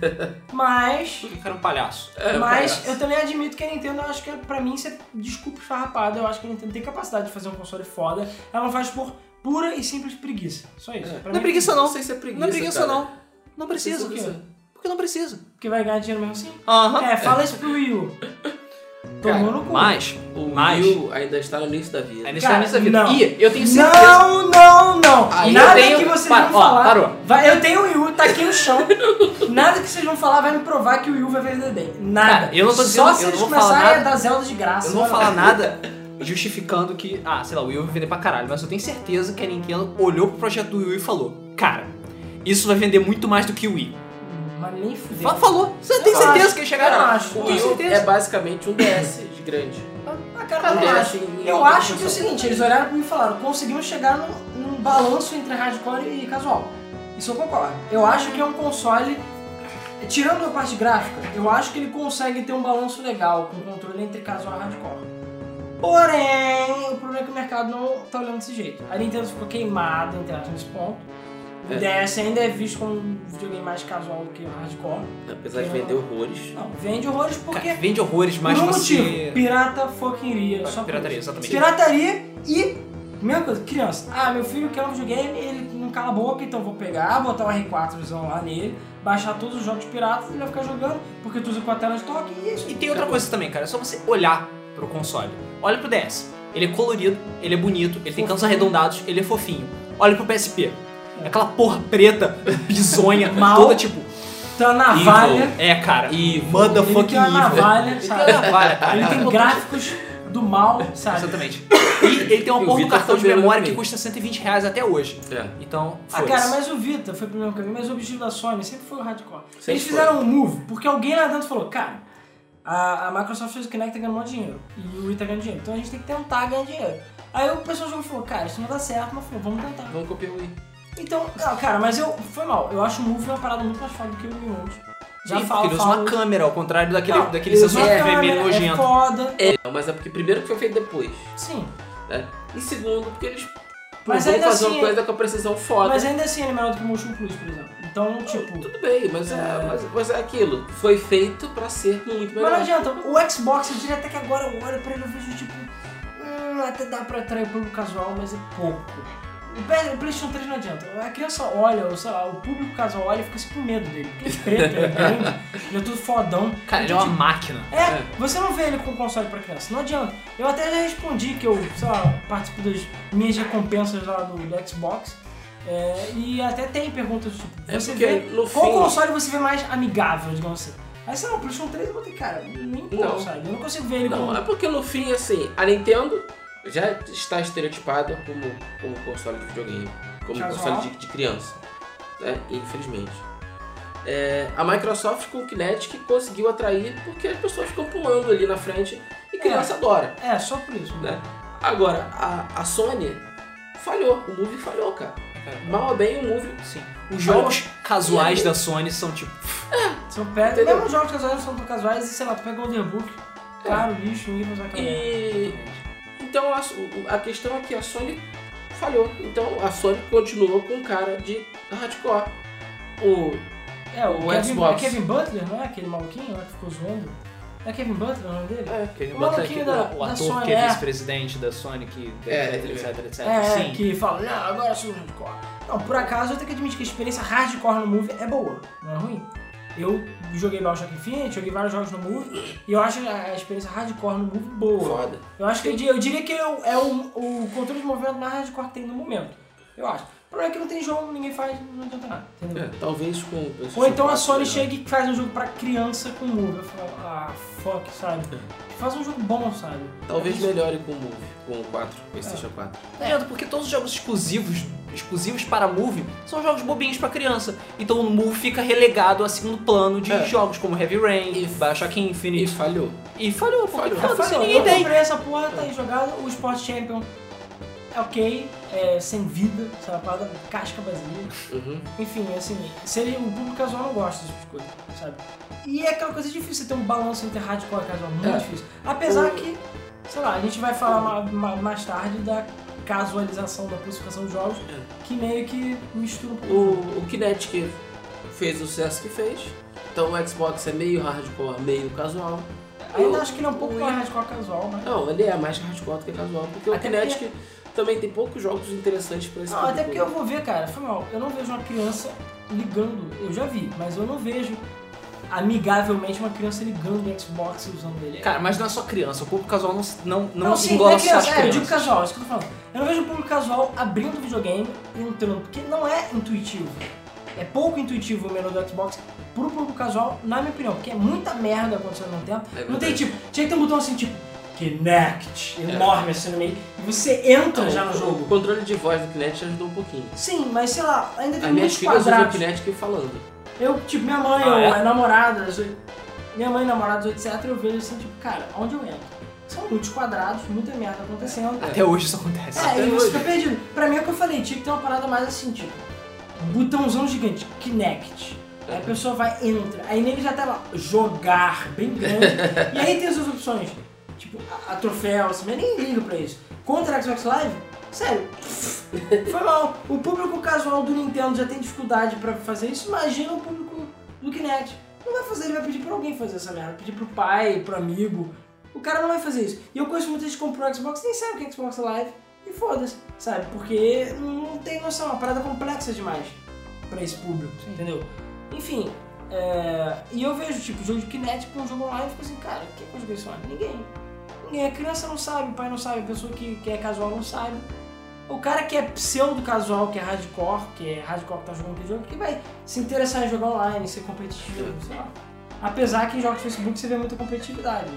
É. Mas Porque era um palhaço. É, Mas parece. eu também admito que a Nintendo, eu acho que pra mim, isso é desculpa esfarrapada. Eu acho que a Nintendo tem capacidade de fazer um console foda. Ela faz por pura e simples preguiça. Só isso. É. Não é Pra mim, assim, preguiça, Não não. sei se é preguiça, Não é preguiça, cara. não. Não precisa. Por quê? Porque não precisa. Porque vai ganhar dinheiro mesmo assim. é Aham. É, fala isso pro Wii U. Cara, Tomou no cu. Mas, é O Mas- Wii U ainda está no início da vida. ainda Cara, está nessa vida. não. E eu tenho certeza. Não, não, não. Aí Nada é eu tenho- que vocês Para, vão ó, falar. parou. Vai- eu tenho o Wii U, tá aqui no chão. Nada que vocês vão falar vai me provar que o Wii U vai vender bem. Nada. Cara, eu não tô Só dizendo- se eu eles não vou falar começarem a nada. dar Zelda de graça. Eu não vou vai lá. falar nada justificando que, ah, sei lá, o Wii U vai vender pra caralho, mas eu tenho certeza que a Nintendo olhou pro projeto do Wii U e falou: Cara, isso vai vender muito mais do que o Wii. Mas nem fudeu. Fa- Falou. Você tem Eu certeza acho, que eles chegaram? eu acho. O Com Wii U certeza. é basicamente um DS de grande. Ah, cara, eu não Cara, acho. assim, Eu não acho tem que é solução. o seguinte, eles olharam pra mim e falaram, conseguimos chegar num, num balanço entre hardcore e casual. Isso eu concordo. Eu acho que é um console, tirando a parte gráfica, eu acho que ele consegue ter um balanço legal com controle entre casual e hardcore. Porém, o problema é que o mercado não tá olhando desse jeito. A Nintendo ficou queimada, entre aspas, nesse ponto. O É. DS ainda é visto como um videogame mais casual do que o hardcore. Apesar de vender horrores. Não, vende horrores porque... Cara, vende horrores, mas por um você. motivo, pirata fucking iria. Só por Pirataria, isso. exatamente. Pirataria e. Mesma coisa, criança. Ah, meu filho quer um videogame, ele não cala a boca, então eu vou pegar, botar o R4zão lá nele, baixar todos os jogos piratas, ele vai ficar jogando, porque tu usa com a tela de toque e isso. E tem outra coisa também, cara. É só você olhar pro console. Olha pro DS. Ele é colorido, ele é bonito, ele tem cantos arredondados, ele é fofinho. Olha pro PSP. Aquela porra preta, bizonha, Mal. toda tipo. Então a navalha. evil. É, cara. E Ele motherfucking tem uma evil. navalha, Ele tem um sabe? navalha, cara. Ele tem Ele gráficos do mal, sabe? Exatamente. E ele tem uma E o porra do Vitor cartão de também, memória né, que também. custa 120 reais até hoje. É. Então, Ah, foi cara, isso. mas o Vita foi o primeiro caminho, mas o objetivo da Sony sempre foi o hardcore. Sempre Eles foi. fizeram um move, porque alguém lá dentro falou, cara, a, a Microsoft fez o Kinect tá ganhando maior dinheiro, e o Wii tá ganhando dinheiro, então a gente tem que tentar ganhar dinheiro. Aí o pessoal jogou e falou, cara, isso não dá certo, mas falou, vamos tentar. Vamos copiar o Wii. Então, não, cara, mas eu, foi mal, eu acho o move uma parada muito mais foda do que o Remote. Já Sim, falo, porque ele usa falo. uma câmera, ao contrário daquele, Não, daquele ele usa sensor uma vermelho câmera, É nojento. foda, É, mas é porque primeiro que foi feito depois. sim. Né? E segundo, porque eles Mas vão ainda fazer assim- uma coisa com a precisão foda. Mas ainda assim ele é melhor do que o Motion Plus, por exemplo. Então, tipo... Tudo bem, mas é, mas, mas é aquilo. Foi feito pra ser muito Mas não melhor. adianta, o Xbox, eu diria até que agora eu olho pra ele e vejo tipo. Hum, até dá pra atrair o público casual, mas é pouco. O Play- o PlayStation 3 não adianta. A criança olha, ou sei lá, o público casual olha e fica assim com medo dele. Porque ele é preto, ele é grande, ele é tudo fodão. Cara, ele é Então, uma máquina. é, você não vê ele com console pra criança, não adianta. Eu até já respondi que eu, sei lá, participo das minhas recompensas lá do, do Xbox. é, e até tem perguntas tipo, É você porque, vê no qual fim- console você vê mais amigável, digamos assim. Aí sei lá, o PlayStation 3 eu botei, cara, nem pouco, Não. sabe? Eu não consigo ver ele Não, como. é porque no fim, assim, a Nintendo já está estereotipada como, como console de videogame, como Casual. console de, de criança, né? Infelizmente. É, a Microsoft com o Kinetic conseguiu atrair porque as pessoas ficam pulando ali na frente e criança adora, É, só por isso. né? Agora, a, a Sony falhou, o Move falhou, cara. Mal ou bem, o Move Sim. Os jogos casuais da Sony são tipo. São pés. É. Entendeu? É. Mesmo jogos casuais são tão casuais, e sei lá, tu pega o Golden Book, caro, lixo, ninguém vai usar aquela merda. E então a, a questão é que a Sony falhou. Então a Sony continuou com cara de hardcore. O É, o, O Kevin, Xbox. é Kevin Butler, não é? Aquele maluquinho lá que ficou zoando. É Kevin Butler o nome dele? É. Kevin O Butler, maluquinho que- da- o da ator Sony, que é é. vice-presidente da Sony, que É, etc, etc, etc. É, Sim. que fala, não, agora sou um hardcore. Não, por acaso eu tenho que admitir que a experiência hardcore no Move é boa, não é ruim. Eu joguei Bioshock Infinite, joguei vários jogos no Move, e eu acho a experiência hardcore no Move boa. foda. Eu acho que eu diria, eu diria que é o, é o, o controle de movimento mais hardcore que tem no momento. Eu acho. O problema é que não tem jogo, ninguém faz, não adianta nada. É, Entendeu? Talvez com o PlayStation Ou então a 4, Sony né? chega e faz um jogo pra criança com move. Eu falo, ah, fuck, sabe? Faz um jogo bom, sabe? Talvez É isso. melhore com o Move, com o 4, PlayStation 4. Não adianta, porque todos os jogos exclusivos, exclusivos para Move, são jogos bobinhos para criança. Então o Move fica relegado a segundo plano de É. jogos como Heavy Rain, E- Bioshock E Infinite. falhou. E, falhou, porque Falhou. foda-se, Falou, ninguém eu tem. comprei essa porra, tá aí jogado. O Sport Champion é ok, é sem vida, sabe? a Parada casca vazia. Uhum. Enfim, assim, seria, o público casual não gosta desse tipo de coisa, sabe? E é aquela coisa difícil, você ter um balanço entre hardcore e casual, muito É. difícil. Apesar O- que, sei lá, a gente vai falar ma- ma- mais tarde da casualização da classificação dos jogos, É. que meio que mistura um pouco. O, o Kinect que fez o sucesso que fez. Então o Xbox é meio hardcore, meio casual. Ainda o- acho que ele é um pouco o- mais hardcore casual, né? mas... Não, ele é mais hardcore do que casual, porque Até o Kinect também tem poucos jogos interessantes pra esse Não, até porque público. eu vou ver, cara, foi mal. Eu não vejo uma criança ligando, eu já vi, mas eu não vejo amigavelmente uma criança ligando no Xbox e usando ele. Cara, mas não é só criança, o público casual não, não, não, Não, sim, engola não é só as criança, é, eu crianças. digo casual, é isso que eu tô falando. Eu não vejo o público casual abrindo videogame e entrando, porque não é intuitivo. É pouco intuitivo o menu do Xbox pro público casual, na minha opinião, porque é muita merda acontecendo ao mesmo tempo. É não tem verdade. tipo, tinha que ter um botão assim, tipo, Kinect, É. enorme assim no meio, e você entra Então, já no O jogo. controle de voz do Kinect ajudou um pouquinho. Sim, mas sei lá, ainda tem As minhas muitos filhas usam o quadrados. Kinect falando. Eu, tipo, minha mãe, Ah, ou é? namoradas, ou- minha mãe, namoradas, etc, eu vejo assim, tipo, cara, onde eu entro? São muitos quadrados, muita merda acontecendo. Até hoje isso acontece. É, Até e hoje. você fica perdido. Pra mim é o que eu falei, tinha que ter uma parada mais assim, tipo, um botãozão gigante, Kinect. Aí a pessoa vai, entra. Aí nele já tá lá, jogar, bem grande. e aí tem as suas opções, tipo, a, a troféu, assim, mas nem ligo pra isso. Contra a Xbox Live, sério, foi mal. O público casual do Nintendo já tem dificuldade pra fazer isso, imagina o público do Kinect. Não vai fazer, ele vai pedir pra alguém fazer essa merda, pedir pro pai, pro amigo. O cara não vai fazer isso. E eu conheço muita gente que comprou o Xbox, nem sabe o que é Xbox Live. E foda-se, sabe? Porque não tem noção, é uma parada complexa demais pra esse público, entendeu? Enfim, é, e eu vejo, tipo, jogo de Kinect com um jogo online e fico assim, cara, quem vai jogar isso online? Ninguém. Ninguém. A criança não sabe, o pai não sabe, a pessoa que, que é casual não sabe. O cara que é pseudo-casual, que é hardcore, que é hardcore que tá jogando aquele jogo, que vai se interessar em jogar online, ser competitivo, sei lá. Apesar que em jogos de Facebook você vê muita competitividade.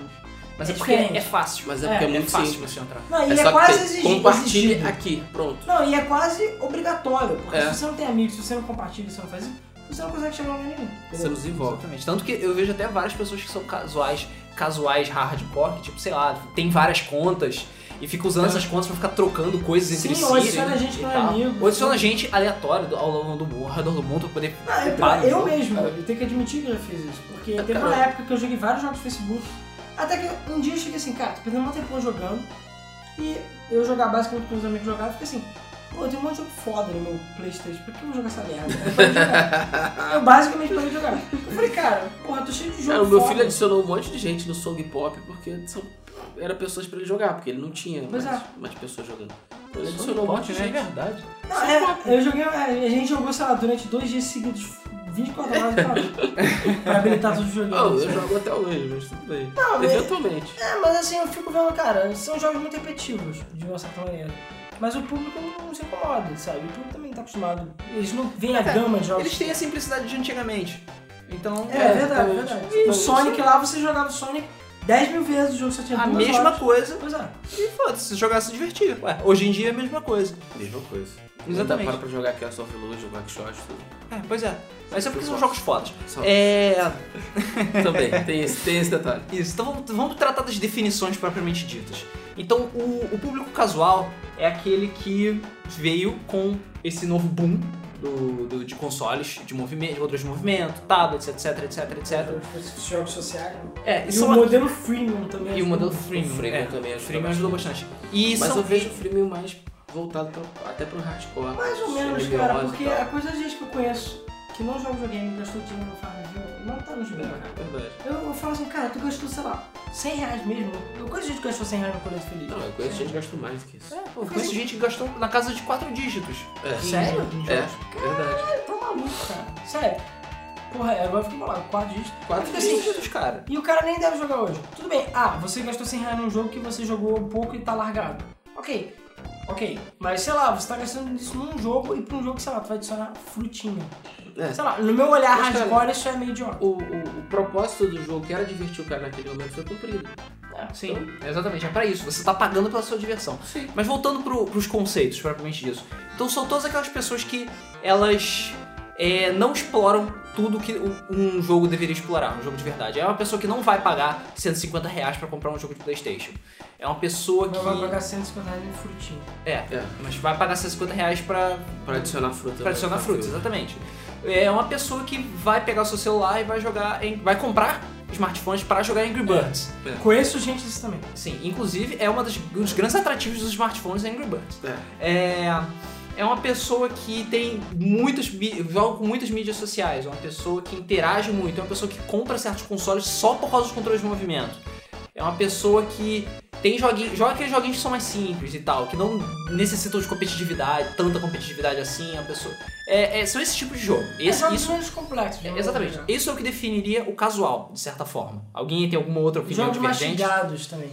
Mas é, É porque diferente. é fácil. Mas é porque é, muito fácil simples. você entrar. Não, e É é, só que quase tem- exigi- compartilhe exigido. aqui, pronto. Não, e é quase obrigatório, porque É. se você não tem amigos, se você não compartilha, se você não faz isso, você não consegue chegar em lugar nenhum. Você nos envolve. Exatamente. Tanto que eu vejo até várias pessoas que são casuais, casuais hardcore, que, tipo, sei lá, tem várias contas e fica usando É. essas contas pra ficar trocando coisas entre si. Sim, ou adiciona gente que e não é tal. amigo. Ou adiciona gente aleatória do- ao longo do mundo, ao redor do mundo pra É. poder Não, eu, ocupar no Ah, eu jogo. mesmo, eu tenho que admitir que eu já fiz isso. Porque Ah, teve uma caralho. época que eu joguei vários jogos no Facebook. Até que um dia eu cheguei assim, cara, tô perdendo um tempão jogando. E eu jogar basicamente com os amigos jogavam, eu fiquei assim, pô, eu tenho um monte de jogo foda no meu Playstation, por que eu vou jogar essa merda? Eu parei de jogar. Eu basicamente parei de jogar. Eu falei, cara, porra, eu tô cheio de é? jogo Cara, É, o meu foda. filho adicionou um monte de gente no Song Pop porque são, era pessoas pra ele jogar, porque ele não tinha Pois mais, mais pessoas jogando. Então ele adicionou um monte Suporte, né? de É gente. verdade. Não, é, eu joguei, é, a gente jogou, sei lá, durante dois dias seguidos, 24 horas de cada pra habilitar todos os Ah, jogadores. né? eu jogo até hoje, mas tudo bem. mas- Eventualmente. É, mas assim, eu fico vendo, cara, são jogos muito repetitivos, de uma certa maneira. Mas o público não se incomoda, sabe? O público também tá acostumado. Eles não veem a É, gama de jogos. Eles têm a simplicidade de antigamente. Então, É, é verdade, é exatamente. verdade. Então, o Sonic lá, você jogava o Sonic 10 mil vezes, o jogo só tinha a duas mesma horas. coisa. Pois é. E foda-se, se jogar se divertir. Ué, hoje em dia é a mesma coisa. Mesma coisa. Exatamente. Para pra jogar Castle of Illusion, Backshot, tudo. É, pois é. Mas é porque são Pessoal. jogos fodas. Só- É. Também, tem esse, tem esse detalhe. Isso, então vamos, vamos tratar das definições propriamente ditas. Então, o, o público casual é aquele que veio com esse novo boom do, do- de consoles, de movimento, de controles de movimento, tablets, etc, etc, etc. Os jogos sociais. É, E, e, o são- modelo freemium também. assim, né? e o modelo O freemium. freemium é, também ajuda o freemium ajudou bastante. E Mas são- eu vejo o freemium mais voltado pra- até pro hardcore. Mais ou os menos, MMOs cara, e porque tal. a coisa de gente que eu conheço que não joga videogame, gastou dinheiro no Farmville, não tá nos meus, cara. É verdade. Eu, eu falo assim, cara, tu gastou, sei lá, 100 reais mesmo. Eu conheço gente que gastou 100 reais no colete feliz. assim, Não, eu conheço gente que gasta mais do que isso. É, pô, eu conheço gente que gastou na casa de quatro dígitos. É. Sério? É, verdade. Tá maluco, cara. Sério. Porra, é, agora eu fiquei malado. 4 dias. Quatro Eu fiquei assim, dígitos, cara. E o cara nem deve um jogar hoje. Tudo bem. Ah, você gastou 100 reais num jogo que você jogou pouco e tá largado. Ok. Ok, mas sei lá, você tá gastando isso num jogo e pra um jogo, sei lá, tu vai adicionar frutinha. É. Sei lá, no meu olhar Mas, cara, hardcore isso é meio idiota. O, o- o propósito do jogo, que era divertir o cara naquele momento, foi cumprido. Sim, exatamente. É pra isso. Você tá pagando pela sua diversão. Sim. Mas voltando pro, pros conceitos, propriamente disso. Então são todas aquelas pessoas que elas é, não exploram tudo que um- um jogo deveria explorar, um jogo de verdade. É uma pessoa que não vai pagar 150 reais pra comprar um jogo de Playstation. É uma pessoa que. Então, Vai pagar 150 reais em frutinha. É, É, mas vai pagar 150 reais pra, pra adicionar fruta. né? pra adicionar frutas, exatamente. É uma pessoa que vai pegar o seu celular e vai jogar. em- vai comprar smartphones pra jogar Angry Birds. É. Conheço gente desse também. Sim, inclusive é uma das, um dos grandes atrativos dos smartphones é Angry Birds. É. É, é uma pessoa que tem muitos mi- joga com muitas mídias sociais, é uma pessoa que interage muito, é uma pessoa que compra certos consoles só por causa dos controles de movimento. É uma pessoa que tem joguinho, joga aqueles joguinhos que são mais simples e tal, que não necessitam de competitividade, tanta competitividade assim, é uma pessoa. é- é- são esse tipo de jogo. Esse- é jogos isso, menos complexos. é, digamos exatamente. assim. Isso é o que definiria o casual, de certa forma. Alguém tem alguma outra opinião Jogos divergente? mastigados também.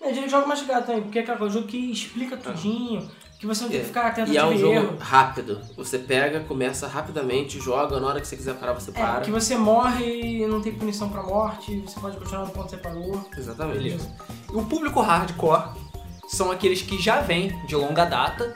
Eu diria que jogo mastigado também, porque é aquele jogo que Ah. explica tudinho, que você não tem que ficar atento E é de um ver jogo erro. rápido. Você pega, começa rapidamente, joga, na hora que você quiser parar, você É, para. que você morre e não tem punição pra morte, você pode continuar no ponto que você parou. Exatamente. Beleza. O público hardcore são aqueles que já vêm de longa data,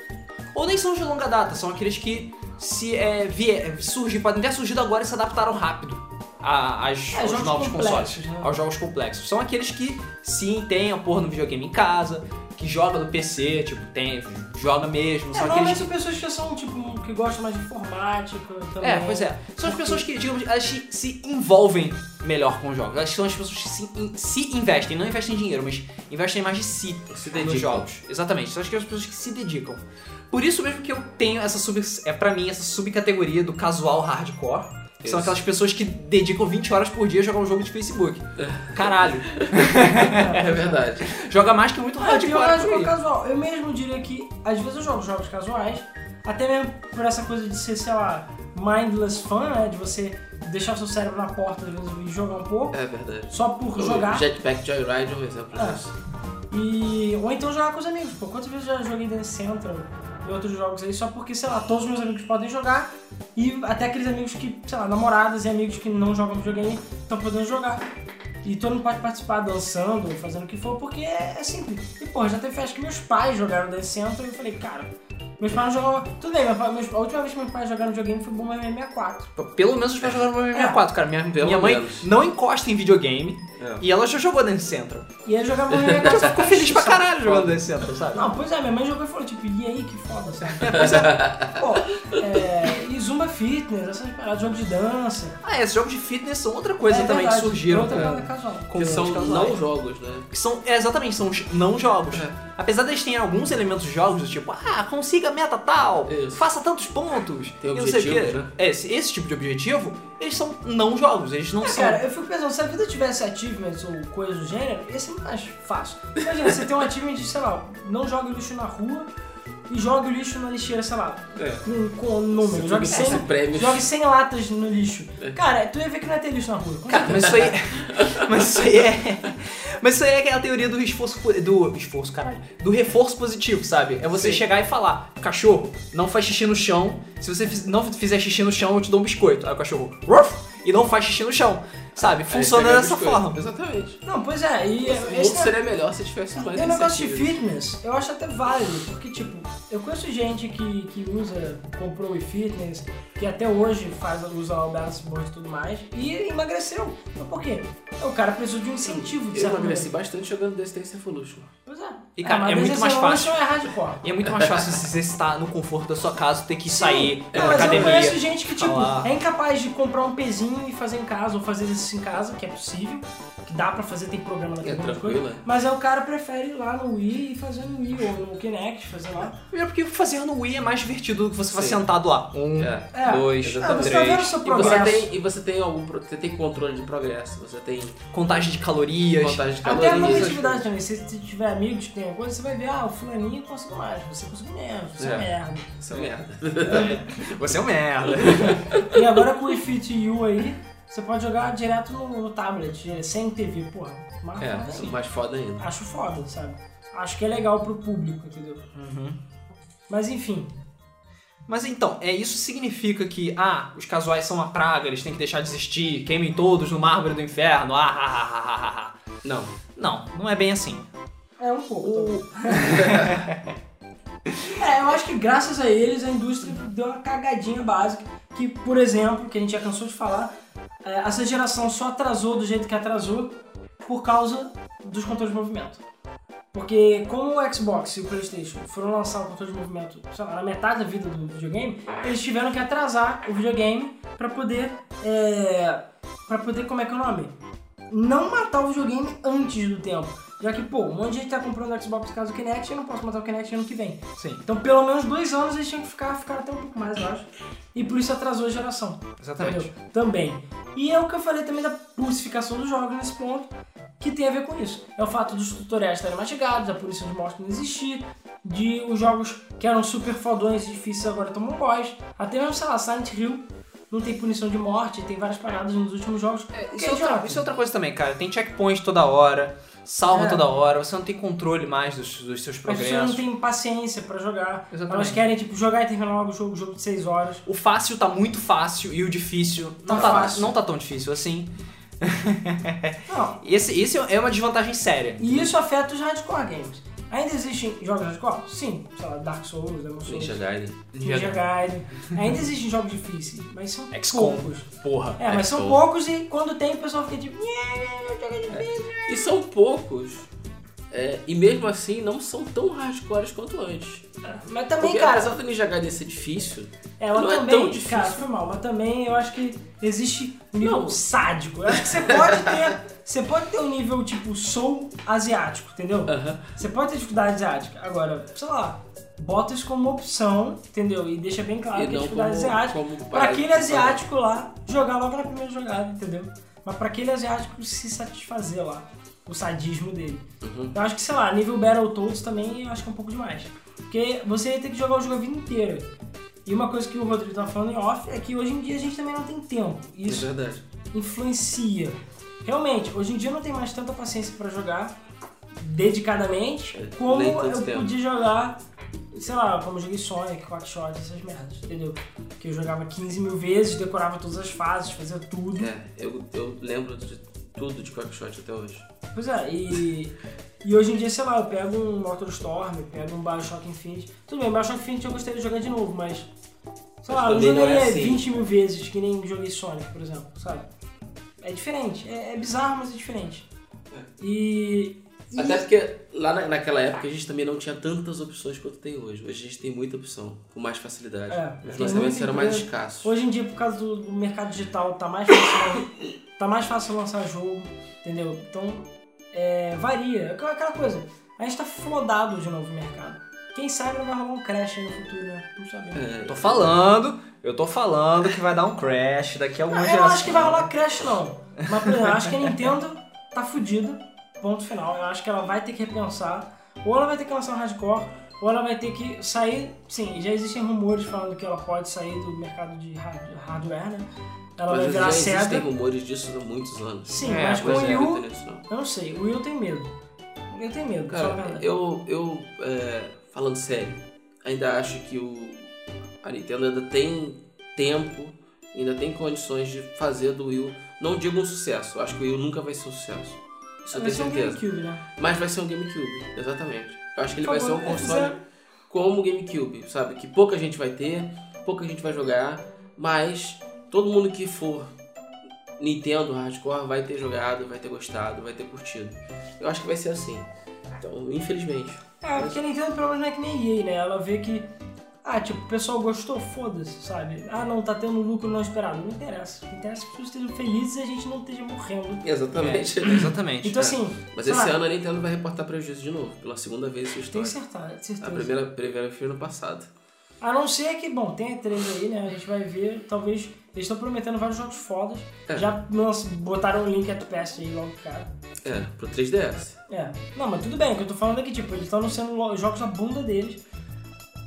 ou nem são de longa data, são aqueles que se é, vier, surgir, podem ter surgido agora e se adaptaram rápido a- às- É, aos jogos novos complexos, consoles, né? aos jogos complexos. São aqueles que sim têm a porra no videogame em casa, que joga no PC, tipo, tem, joga mesmo, É, são aqueles normalmente que são pessoas que são, tipo, que gostam mais de informática também. é, pois é. São as pessoas que, digamos, elas se- se envolvem melhor com os jogos. Elas são as pessoas que se, in- se investem, não investem em dinheiro, mas investem mais de si Se nos dedicam. jogos. Exatamente. São as pessoas que se dedicam. Por isso mesmo que eu tenho essa sub... É pra mim essa subcategoria do casual hardcore. Que são Isso. aquelas pessoas que dedicam 20 horas por dia a jogar um jogo de Facebook. Caralho. É verdade. Joga mais que muito Ah, eu hardcore. tenho horas por de aí. casual. Eu mesmo diria que, às vezes eu jogo jogos casuais, até mesmo por essa coisa de ser, sei lá, mindless fun, né? De você deixar seu cérebro na porta às vezes, e jogar um pouco, É verdade. só por O jogar. Jetpack Joyride é um exemplo Ah. disso. E, ou então jogar com os amigos. Pô, quantas vezes eu já joguei Dance Central e outros jogos aí, só porque, sei lá, todos os meus amigos podem jogar. E até aqueles amigos que, sei lá, namoradas e amigos que não jogam videogame estão podendo jogar. E todo mundo pode participar dançando, fazendo o que for, porque é, é simples. E pô, já teve festa que meus pais jogaram Dance Central e eu falei, cara, meus pais não jogavam. Tudo bem, meus, meus- a última vez que meus pais jogaram videogame foi Bomberman 64. Pelo menos os pais jogaram no 64, cara. Minha, Pelo É. minha mãe menos. não encosta em videogame. É. E ela já jogou Dance Central. E eles jogavam Bomberman 64. Ficou feliz é pra caralho jogando Dance Central, sabe? Não, pois é, minha mãe jogou e falou, tipo, e aí, que foda, sabe? Pô, é, e Zumba Fitness, essas paradas, jogo de dança. Ah, é, esses jogos de fitness são outra coisa É também verdade, que surgiram. Outra com- parada casual. com Que os são casuais. não jogos, né? Que são, é, exatamente, são os não jogos. É. Apesar deles terem alguns elementos de jogos, do tipo, ah, consiga a meta tal, Isso. faça tantos pontos, Tem e não sei o quê. objetivos, né? É, Esse, esse tipo de objetivo, eles são não jogos, eles não É, são. cara, eu fico pensando, se a vida tivesse achievements ou coisas do gênero, ia ser muito mais fácil. Imagina, você tem um achievement de, sei lá, não jogue lixo na rua e jogue o lixo na lixeira, sei lá, É. com, com número. Jogue 100, Esse prêmio. jogue 100 latas no lixo. É. Cara, tu ia ver que não ia ter lixo na rua. Com Cara, mas isso aí. mas isso aí é. Mas isso aí é aquela teoria do esforço. po- Do esforço, caralho. Do reforço positivo, sabe? É você Sim. chegar e falar: cachorro, não faz xixi no chão. Se você fiz- não fizer xixi no chão, eu te dou um biscoito. Aí o cachorro, "Ruff", e não faz xixi no chão. Sabe? Funciona Aí você dessa ganha biscoito. forma. Exatamente. Não, pois é, e o esse mundo seria melhor se tivesse mais E o É um negócio de incentivos. fitness, eu acho até válido, porque, tipo, eu conheço gente que, que usa, comprou o fitness, que até hoje faz, usa o balance board e tudo mais, e emagreceu. Mas por quê? O cara precisou de um incentivo, de Eu certa emagreci bastante jogando Dance Dance Evolution. maneira. Pois é. E, cara, mas é muito esse mais evolution é hardcore. E é muito mais fácil se você estar no conforto da sua casa, ter que sair Não, da É, mas um eu academia. conheço gente que, ficar tipo, lá. é incapaz de comprar um pezinho e fazer em casa, ou fazer isso em casa, que é possível, que dá pra fazer, tem programa na É tranquilo, é. Mas é o cara prefere ir lá no Wii e fazer no Wii, ou no Kinect, fazer lá. Primeiro porque fazer no Wii é mais divertido do que você ficar Sim. sentado lá. Um, É. É. dois, Ah, você tá vendo o três. seu E você, progresso. tem, e você tem algum. pro- Você tem controle de progresso, você tem Contagem de calorias. contagem de Até a calorias. competitividade também. Se você tiver amigos que tem coisa, você vai ver, ah, o fulaninho conseguiu mais, você conseguiu menos, você é, É. merda. Isso é merda. Você é um merda. E agora com o Fit U aí, você pode jogar direto no, no tablet, eh, sem TV, porra. Mas Ah, assim, É, isso é mais foda ainda. Uhum. acho foda, sabe? Acho que é legal pro público, entendeu? Mas enfim, Mas então, é isso significa que, ah, os casuais são uma praga, eles têm que deixar de existir, queimem todos no mármore do inferno, ah, ah, ah, ah, ah, ah, ah. Não. Não, não é bem assim. é um pouco. talvez. é, eu acho que graças a eles a indústria deu uma cagadinha básica. Que, por exemplo, que a gente já cansou de falar, é, essa geração só atrasou do jeito que atrasou por causa dos controles de movimento. Porque como o Xbox e o Playstation foram lançar o controle de movimento sei lá, na metade da vida do videogame, eles tiveram que atrasar o videogame pra poder. É, para poder, como é que é o nome? Não matar o videogame antes do tempo. Já que, pô, um monte de gente tá comprando o Xbox por causa do Kinect e eu não posso matar o Kinect ano que vem. Sim, Então, pelo menos dois anos eles tinham que ficar, ficar até um pouco mais, eu acho. E por isso atrasou a geração. exatamente. Entendeu? Também. E é o que eu falei também da pulsificação dos jogos nesse ponto, que tem a ver com isso. É o fato dos tutoriais estarem matigados, da poluição de morte não existir, de os jogos que eram super fodões e difíceis agora tomam um boss. Até mesmo, sei lá, Silent Hill não tem punição de morte, tem várias paradas nos últimos jogos. É, Que isso, é idiota. outra, isso é outra coisa também, cara. Tem checkpoint toda hora, salva É. toda hora, você não tem controle mais dos, dos seus As pessoas não progressos. têm paciência pra jogar. Elas Exatamente. querem, tipo, jogar e terminar logo o jogo, jogo de 6 horas. O fácil tá muito fácil e o difícil não, Tá tá, fácil. não tá tão difícil assim. Não, Esse, esse é uma desvantagem séria. E isso afeta os hardcore games. Ainda existem jogos hardcore? Sim. Sei lá, Dark Souls, Demon Souls, Ninja Ninja, Gaiden. Gaiden. Ainda existem jogos difíceis, mas são XCOM. poucos. Porra. É, mas são XCOM. É. poucos e quando tem o pessoal fica tipo... "Yeah, eu joguei difícil." E são poucos. é, e mesmo assim não são tão hardcores quanto antes. Mas também, Porque cara... apesar do Ninja Gaiden ser difícil, É, mas não é também, tão difícil. Cara, foi mal, mas também eu acho que existe um nível Não. sádico. Eu acho que você pode ter... Você pode ter um nível tipo soul asiático, entendeu? aham, Você pode ter dificuldade asiática. Agora, sei lá, bota isso como opção, entendeu? E deixa bem claro e que é não dificuldade asiática. como, como Pra parada- aquele asiático lá, jogar logo na primeira jogada, entendeu? Mas pra aquele asiático se satisfazer lá, o sadismo dele. Uhum. Eu acho que, sei lá, nível Battletoads também eu acho que é um pouco demais. Porque você ia ter que jogar o jogo a vida inteira. E uma coisa que o Rodrigo tá falando em off é que hoje em dia a gente também não tem tempo. E É Isso verdade. influencia. Realmente, hoje em dia eu não tenho mais tanta paciência pra jogar dedicadamente É, como nem tanto eu tempo. podia jogar, sei lá, como eu joguei Sonic, Quackshot, essas merdas, entendeu? Que eu jogava 15 mil vezes, decorava todas as fases, fazia tudo. É, eu, eu lembro de tudo de Quackshot até hoje. Pois é, e, e hoje em dia, sei lá, eu pego um Motor Storm, eu pego um Bioshock Infinite. Tudo bem, Bioshock Infinite eu gostaria de jogar de novo, mas. Sei lá, eu não também não é jogaria assim. 20 mil vezes que nem joguei Sonic, por exemplo, sabe? É diferente, é, é bizarro, mas é diferente. E. e- Até porque lá na- naquela época a gente também não tinha tantas opções quanto tem hoje. Hoje a gente tem muita opção, com mais facilidade. É, tem Os lançamentos muita eram mais empresa. escassos. Hoje em dia, por causa do, do mercado digital, tá mais fácil, tá mais fácil lançar jogo, entendeu? Então, é, varia. É aquela- aquela coisa, a gente tá flodado de novo no mercado. Quem sabe não vai rolar um crash aí no futuro, né? Não sabemos. É, Eu tô falando, eu tô falando que vai dar um crash daqui a Não, algumas eu não gerações. acho que vai rolar crash, não. Mas, por exemplo, eu acho que a Nintendo tá fudida. Ponto final. Eu acho que ela vai ter que repensar. Ou ela vai ter que lançar um hardcore, ou ela vai ter que sair. Sim, já existem rumores falando que ela pode sair do mercado de hard- hardware, né? Ela vai mas já virar existem Sega. rumores disso há muitos anos. Sim, É, mas com o Mas é, Will. não tem isso, não. Eu não sei, o Will tem medo. Eu tenho medo, só a Cara, verdade. eu, eu é, falando sério, ainda acho que o, a Nintendo ainda tem tempo, ainda tem condições de fazer do Wii, não digo um sucesso, acho que o Wii nunca vai ser um sucesso, isso eu Vai tenho ser um certeza. GameCube, né? Mas vai ser um GameCube, exatamente. Eu acho que ele Por vai ser um favor, se console quiser. como o GameCube, sabe? Que pouca gente vai ter, pouca gente vai jogar, mas todo mundo que for Nintendo Hardcore vai ter jogado, vai ter gostado, vai ter curtido. Eu acho que vai ser assim. Então, infelizmente. É, porque a Nintendo pelo menos não é que nem EA, né? Ela vê que. Ah, tipo, o pessoal gostou, foda-se, sabe? Ah, não, tá tendo lucro não esperado. Não interessa. O que interessa é que as pessoas estejam felizes e a gente não esteja morrendo. Exatamente. É, exatamente. Então, assim, Mas sei esse lá, ano a Nintendo vai reportar prejuízo de novo, pela segunda vez em sua Tenho história. certeza. é. A certeza. primeira, primeira foi no passado. A não ser que, bom, tem a 3 aí, né? A gente vai ver, talvez. Eles estão prometendo vários jogos fodas. É. Já nossa, botaram o Link at Past aí logo, cara. É, pro 3DS. É. Não, mas tudo bem, o que eu tô falando é que, tipo, eles estão anunciando lo- jogos na bunda deles.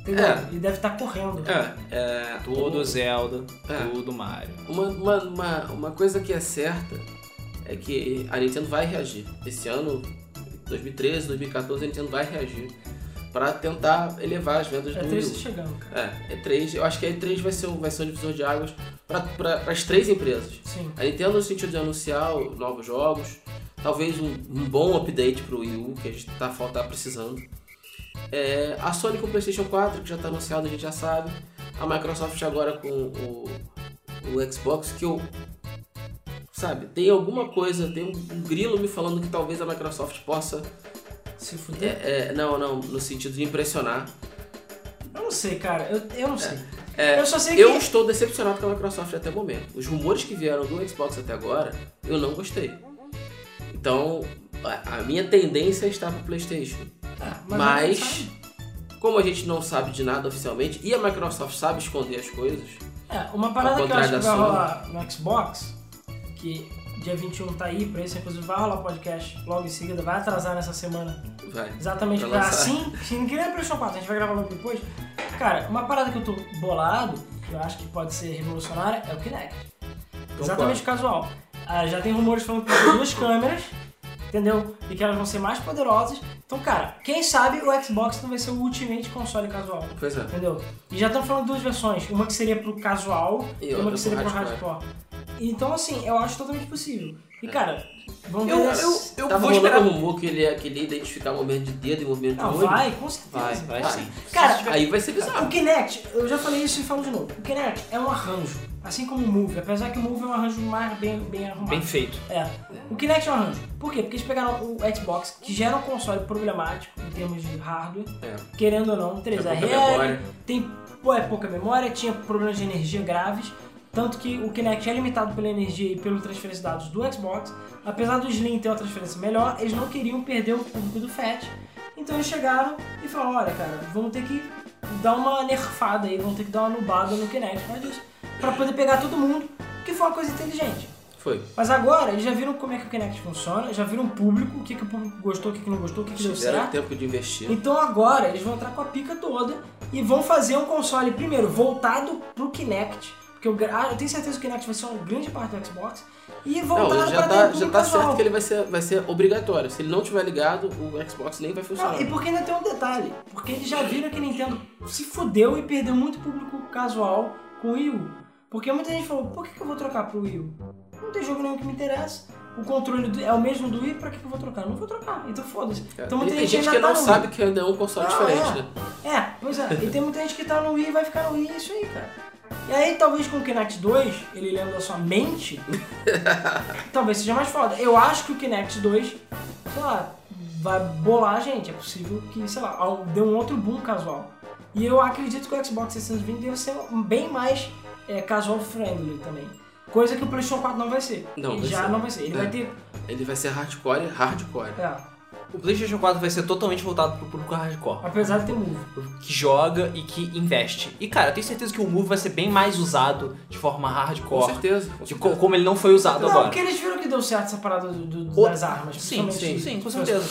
Entendeu? É. E deve estar correndo. É, é Tudo Zelda, É. tudo Mario. Uma, uma, uma, uma coisa que é certa é que a Nintendo vai reagir. Esse ano, 2013, 2014, a Nintendo vai reagir. pra tentar elevar as vendas É do três Wii tá U. chegando, cara. É, E3, eu acho que a E3 vai ser, o- vai ser o divisor de águas para as três empresas. Sim. A Nintendo no sentido de anunciar o- novos jogos, talvez um, um bom update pro Wii U, que a gente tá, falta- tá precisando. É, a Sony com o PlayStation 4, que já tá anunciado, a gente já sabe. A Microsoft agora com o, o Xbox, que eu. Sabe, tem alguma coisa, tem um grilo me falando que talvez a Microsoft possa. Se fuder. é, é, não, não, no sentido de impressionar. Eu não sei, cara. Eu, eu não sei. É, eu só sei Eu que. estou decepcionado com a Microsoft até o momento. Os rumores que vieram do Xbox até agora, eu não gostei. Então, a, a minha tendência é estar pro PlayStation. Ah, Mas, não sabe. como a gente não sabe de nada oficialmente e a Microsoft sabe esconder as coisas, É, uma parada Ao que eu acho contrário que vai da Sony. rolar no Xbox, que dia 21 tá aí, pra isso, inclusive vai rolar podcast logo em seguida, vai atrasar nessa semana. vai. Exatamente, Pra pra lançar. assim, se ninguém é PlayStation 4, a gente vai gravar logo depois. Cara, uma parada que eu tô bolado, que eu acho que pode ser revolucionária, é o Kinect. Então Exatamente o casual. Ah, já tem rumores falando que tem duas câmeras, entendeu? E que elas vão ser mais poderosas. Então, cara, quem sabe o Xbox não vai ser o ultimate console casual. Pois é. Entendeu? E já estão falando duas versões. Uma que seria pro casual E e, outra uma que seria pro pro hardcore. hardcore. Então, assim, eu acho totalmente possível. E, cara, vamos ver. Eu, se- eu, eu Tava vou rolando esperar. um rumor que ele, ia, que ele ia identificar movimento de dedo e movimento Não, de olho. Ah, vai, com certeza. Vai, vai sim. Cara, Aí vai ser o bizarro. Kinect, eu já falei isso e falo de novo. O Kinect é um arranjo. Assim como o Move, apesar que o Move é um arranjo mais bem, bem arrumado. Bem feito. É. O Kinect é um arranjo. Por quê? Porque eles pegaram o Xbox, que já era um console problemático em termos de hardware, É. querendo ou não, pouca 3RL, memória. tem pô, é pouca memória, tinha problemas de energia graves, tanto que o Kinect é limitado pela energia e pelo transferência de dados do Xbox. Apesar do Slim ter uma transferência melhor, eles não queriam perder o público do FAT, então eles chegaram e falaram, olha cara, vamos ter que dar uma nerfada aí, vamos ter que dar uma nubada no Kinect, mas isso, pra poder pegar todo mundo, que foi uma coisa inteligente. Foi. Mas agora eles já viram como é que o Kinect funciona, já viram o público, o que, que o público gostou, o que, que não gostou, o que, que deu Tiveram certo. tempo de investir. Então agora eles vão entrar com a pica toda e vão fazer um console, primeiro, voltado pro Kinect. Porque eu, gra- ah, eu tenho certeza que o Kinect vai ser uma grande parte do Xbox. E voltado Não, já pra tá, dentro já do tá casual. certo que ele vai ser, vai ser obrigatório. Se ele não tiver ligado, o Xbox nem vai funcionar. Não, e porque ainda tem um detalhe. Porque eles já viram que a Nintendo se fudeu e perdeu muito público casual com o Wii U. Porque muita gente falou, por que, que eu vou trocar pro Wii U? Não tem jogo nenhum que me interessa. O controle do- é o mesmo do Wii, pra que, que eu vou trocar? Não vou trocar, então foda-se. Cara, Então e muita tem gente que ainda não tá no Wii. sabe que ainda é um Ah, console Não, diferente, é. né? É, pois é. E tem muita gente que tá no Wii e vai ficar no Wii, é isso aí, cara. E aí, talvez com o Kinect 2, ele lendo a sua mente, talvez seja mais foda. Eu acho que o Kinect 2, sei lá, vai bolar a gente. É possível que, sei lá, al- dê um outro boom casual. E eu acredito que o Xbox 620 deve ser um bem mais é, casual friendly também. Coisa que o PlayStation 4 não vai ser. Não, ele vai já ser. não vai ser. Ele É. vai ter. Ele vai ser hardcore, hardcore. é, O PlayStation 4 vai ser totalmente voltado pro público hardcore, apesar de ter move. que joga e que investe. E cara, eu tenho certeza que o Move vai ser bem mais usado de forma Com hardcore, certeza. com de certeza. co- como ele não foi usado Não, agora. porque eles viram que deu certo essa parada do- do- O- das armas. Sim, sim, principalmente sim, com os- certeza.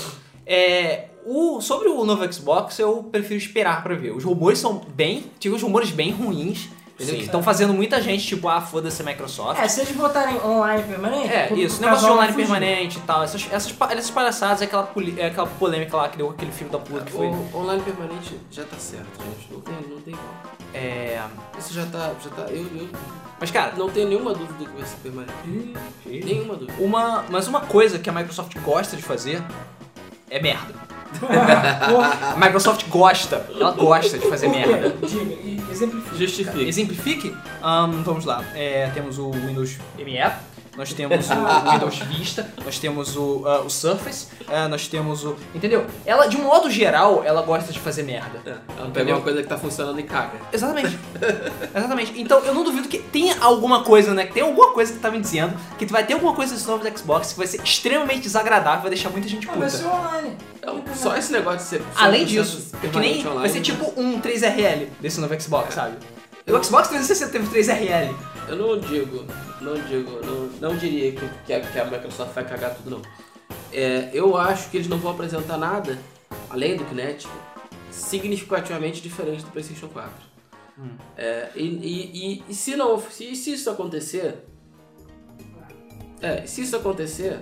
É, o, sobre o novo Xbox, eu prefiro esperar pra ver. Os rumores são bem. Tive uns rumores bem ruins, entendeu? Sim. Que estão fazendo muita gente, tipo, ah, foda-se Microsoft. É, se eles botarem online permanente. É, o isso, negócio casual de vai online fugir. permanente e tal. Essas, essas, pa- essas palhaçadas, é aquela, poli- é aquela polêmica lá que deu aquele filho da puta que foi. O online permanente já tá certo, gente. Não tem, não tem igual. É, Isso já tá. Já tá eu, eu mas, cara, não tenho nenhuma dúvida que vai ser permanente. Nenhuma dúvida. uma, mas uma coisa que a Microsoft gosta de fazer é merda. Porra, A Microsoft gosta, ela gosta de fazer por quê? é merda. Diga, e exemplifica. Justifica. Exemplifique, ahn, vamos lá. É, temos o Windows ME, nós temos o Windows Vista, nós temos o, ah, o Surface, ah, nós temos o. Entendeu? Ela, de um modo geral, ela gosta de fazer merda. É, ela pega uma coisa que tá funcionando e caga. Exatamente. Exatamente. Então eu não duvido que tenha alguma coisa, né? Que tem alguma coisa que tá me dizendo que vai ter alguma coisa nesse novo Xbox que vai ser extremamente desagradável, vai deixar muita gente Ah, vai ser puta. online. Então, só esse negócio de ser. Além 100% disso, é que permanente nem vai online, né? É. ser tipo um 3RL desse novo Xbox, sabe? O Eu- Xbox 360 teve 3RL. Eu não digo, não digo, não, não diria que, que, a, que a Microsoft vai cagar tudo, não. É, eu acho que eles não vão apresentar nada, além do Kinect, significativamente diferente do PlayStation 4. É, e, e- e- e se não, se, se isso acontecer, é, se isso acontecer,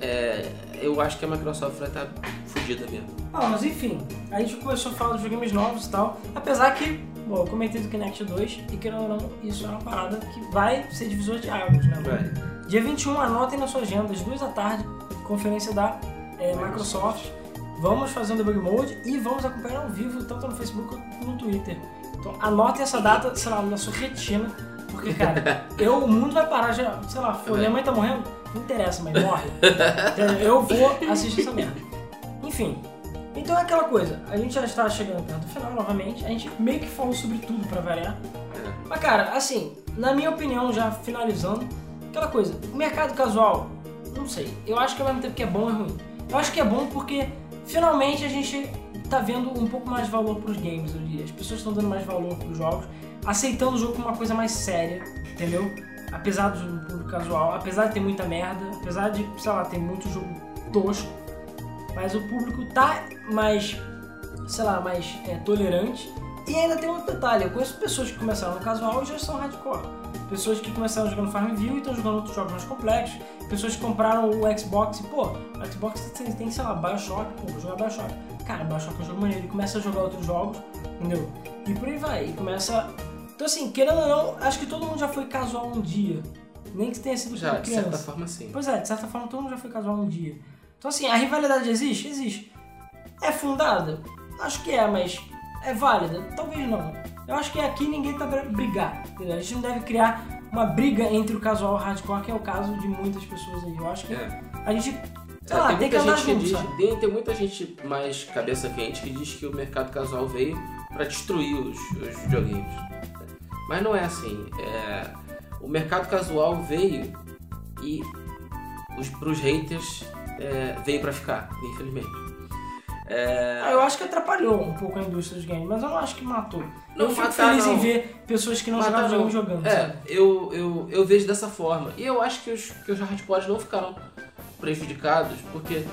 é, eu acho que a Microsoft vai estar tá fodida mesmo. Ah, mas enfim, a gente começou a falar dos videogames novos e tal. Apesar que, bom, eu comentei do Kinect 2 e querendo ou não, isso é uma parada que vai ser divisor de águas, né? Vai. Dia 21, anotem na sua agenda, às 2 da tarde, conferência da eh, Microsoft. Vamos fazer um debug mode e vamos acompanhar ao vivo, tanto no Facebook quanto no Twitter. Então anotem essa data, sei lá, na sua retina, porque, cara, eu, o mundo vai parar já, sei lá, foi, minha mãe tá morrendo, não interessa, mas morre. Entendeu? Eu vou assistir essa merda. Enfim, então é aquela coisa, a gente já está chegando perto do final novamente, a gente meio que falou sobre tudo pra variar. Mas cara, assim, na minha opinião, já finalizando, aquela coisa, o mercado casual, não sei, eu acho que ao mesmo tempo que é bom é ruim. Eu acho que é bom porque finalmente a gente tá vendo um pouco mais de valor pros games, eu diria. As pessoas estão dando mais valor pros jogos, aceitando o jogo como uma coisa mais séria, entendeu? Apesar do público casual, apesar de ter muita merda, apesar de, sei lá, ter muito jogo tosco, mas o público tá mais, sei lá, mais é, tolerante. E ainda tem outro detalhe, eu conheço pessoas que começaram no casual e já são hardcore. Pessoas que começaram jogando Farmville e estão jogando outros jogos mais complexos. Pessoas que compraram o Xbox e, pô, o Xbox tem, tem sei lá, Bioshock, pô, vou jogar Bioshock. Cara, Bioshock é um jogo maneiro, ele começa a jogar outros jogos, entendeu? E por aí vai, e começa... Então assim, querendo ou não, acho que todo mundo já foi casual um dia. Nem que tenha sido Já, quando de criança. certa forma, sim. Pois é, de certa forma todo mundo já foi casual um dia. Então assim, a rivalidade existe? Existe. É fundada? Acho que é, mas é válida? Talvez não. Eu acho que aqui ninguém tá pra brigar. entendeu? A gente não deve criar uma briga entre o casual e o hardcore, que é o caso de muitas pessoas aí. Eu acho que É. a gente, sei É, lá, tem, que andar gente junto, que sabe? diz, tem, tem muita gente mais cabeça quente que diz que o mercado casual veio para destruir os, os videogames. Mas não é assim. É, o mercado casual veio e os, pros haters é, veio para ficar, infelizmente. é. Ah, Eu acho que atrapalhou um pouco a indústria dos games, mas eu não acho que matou. Não, eu fico matar, feliz em não. ver pessoas que não Matar, jogavam não. jogando jogando. sabe? É, eu, eu, eu vejo dessa forma. E eu acho que os, que os hardcores não ficaram prejudicados, porque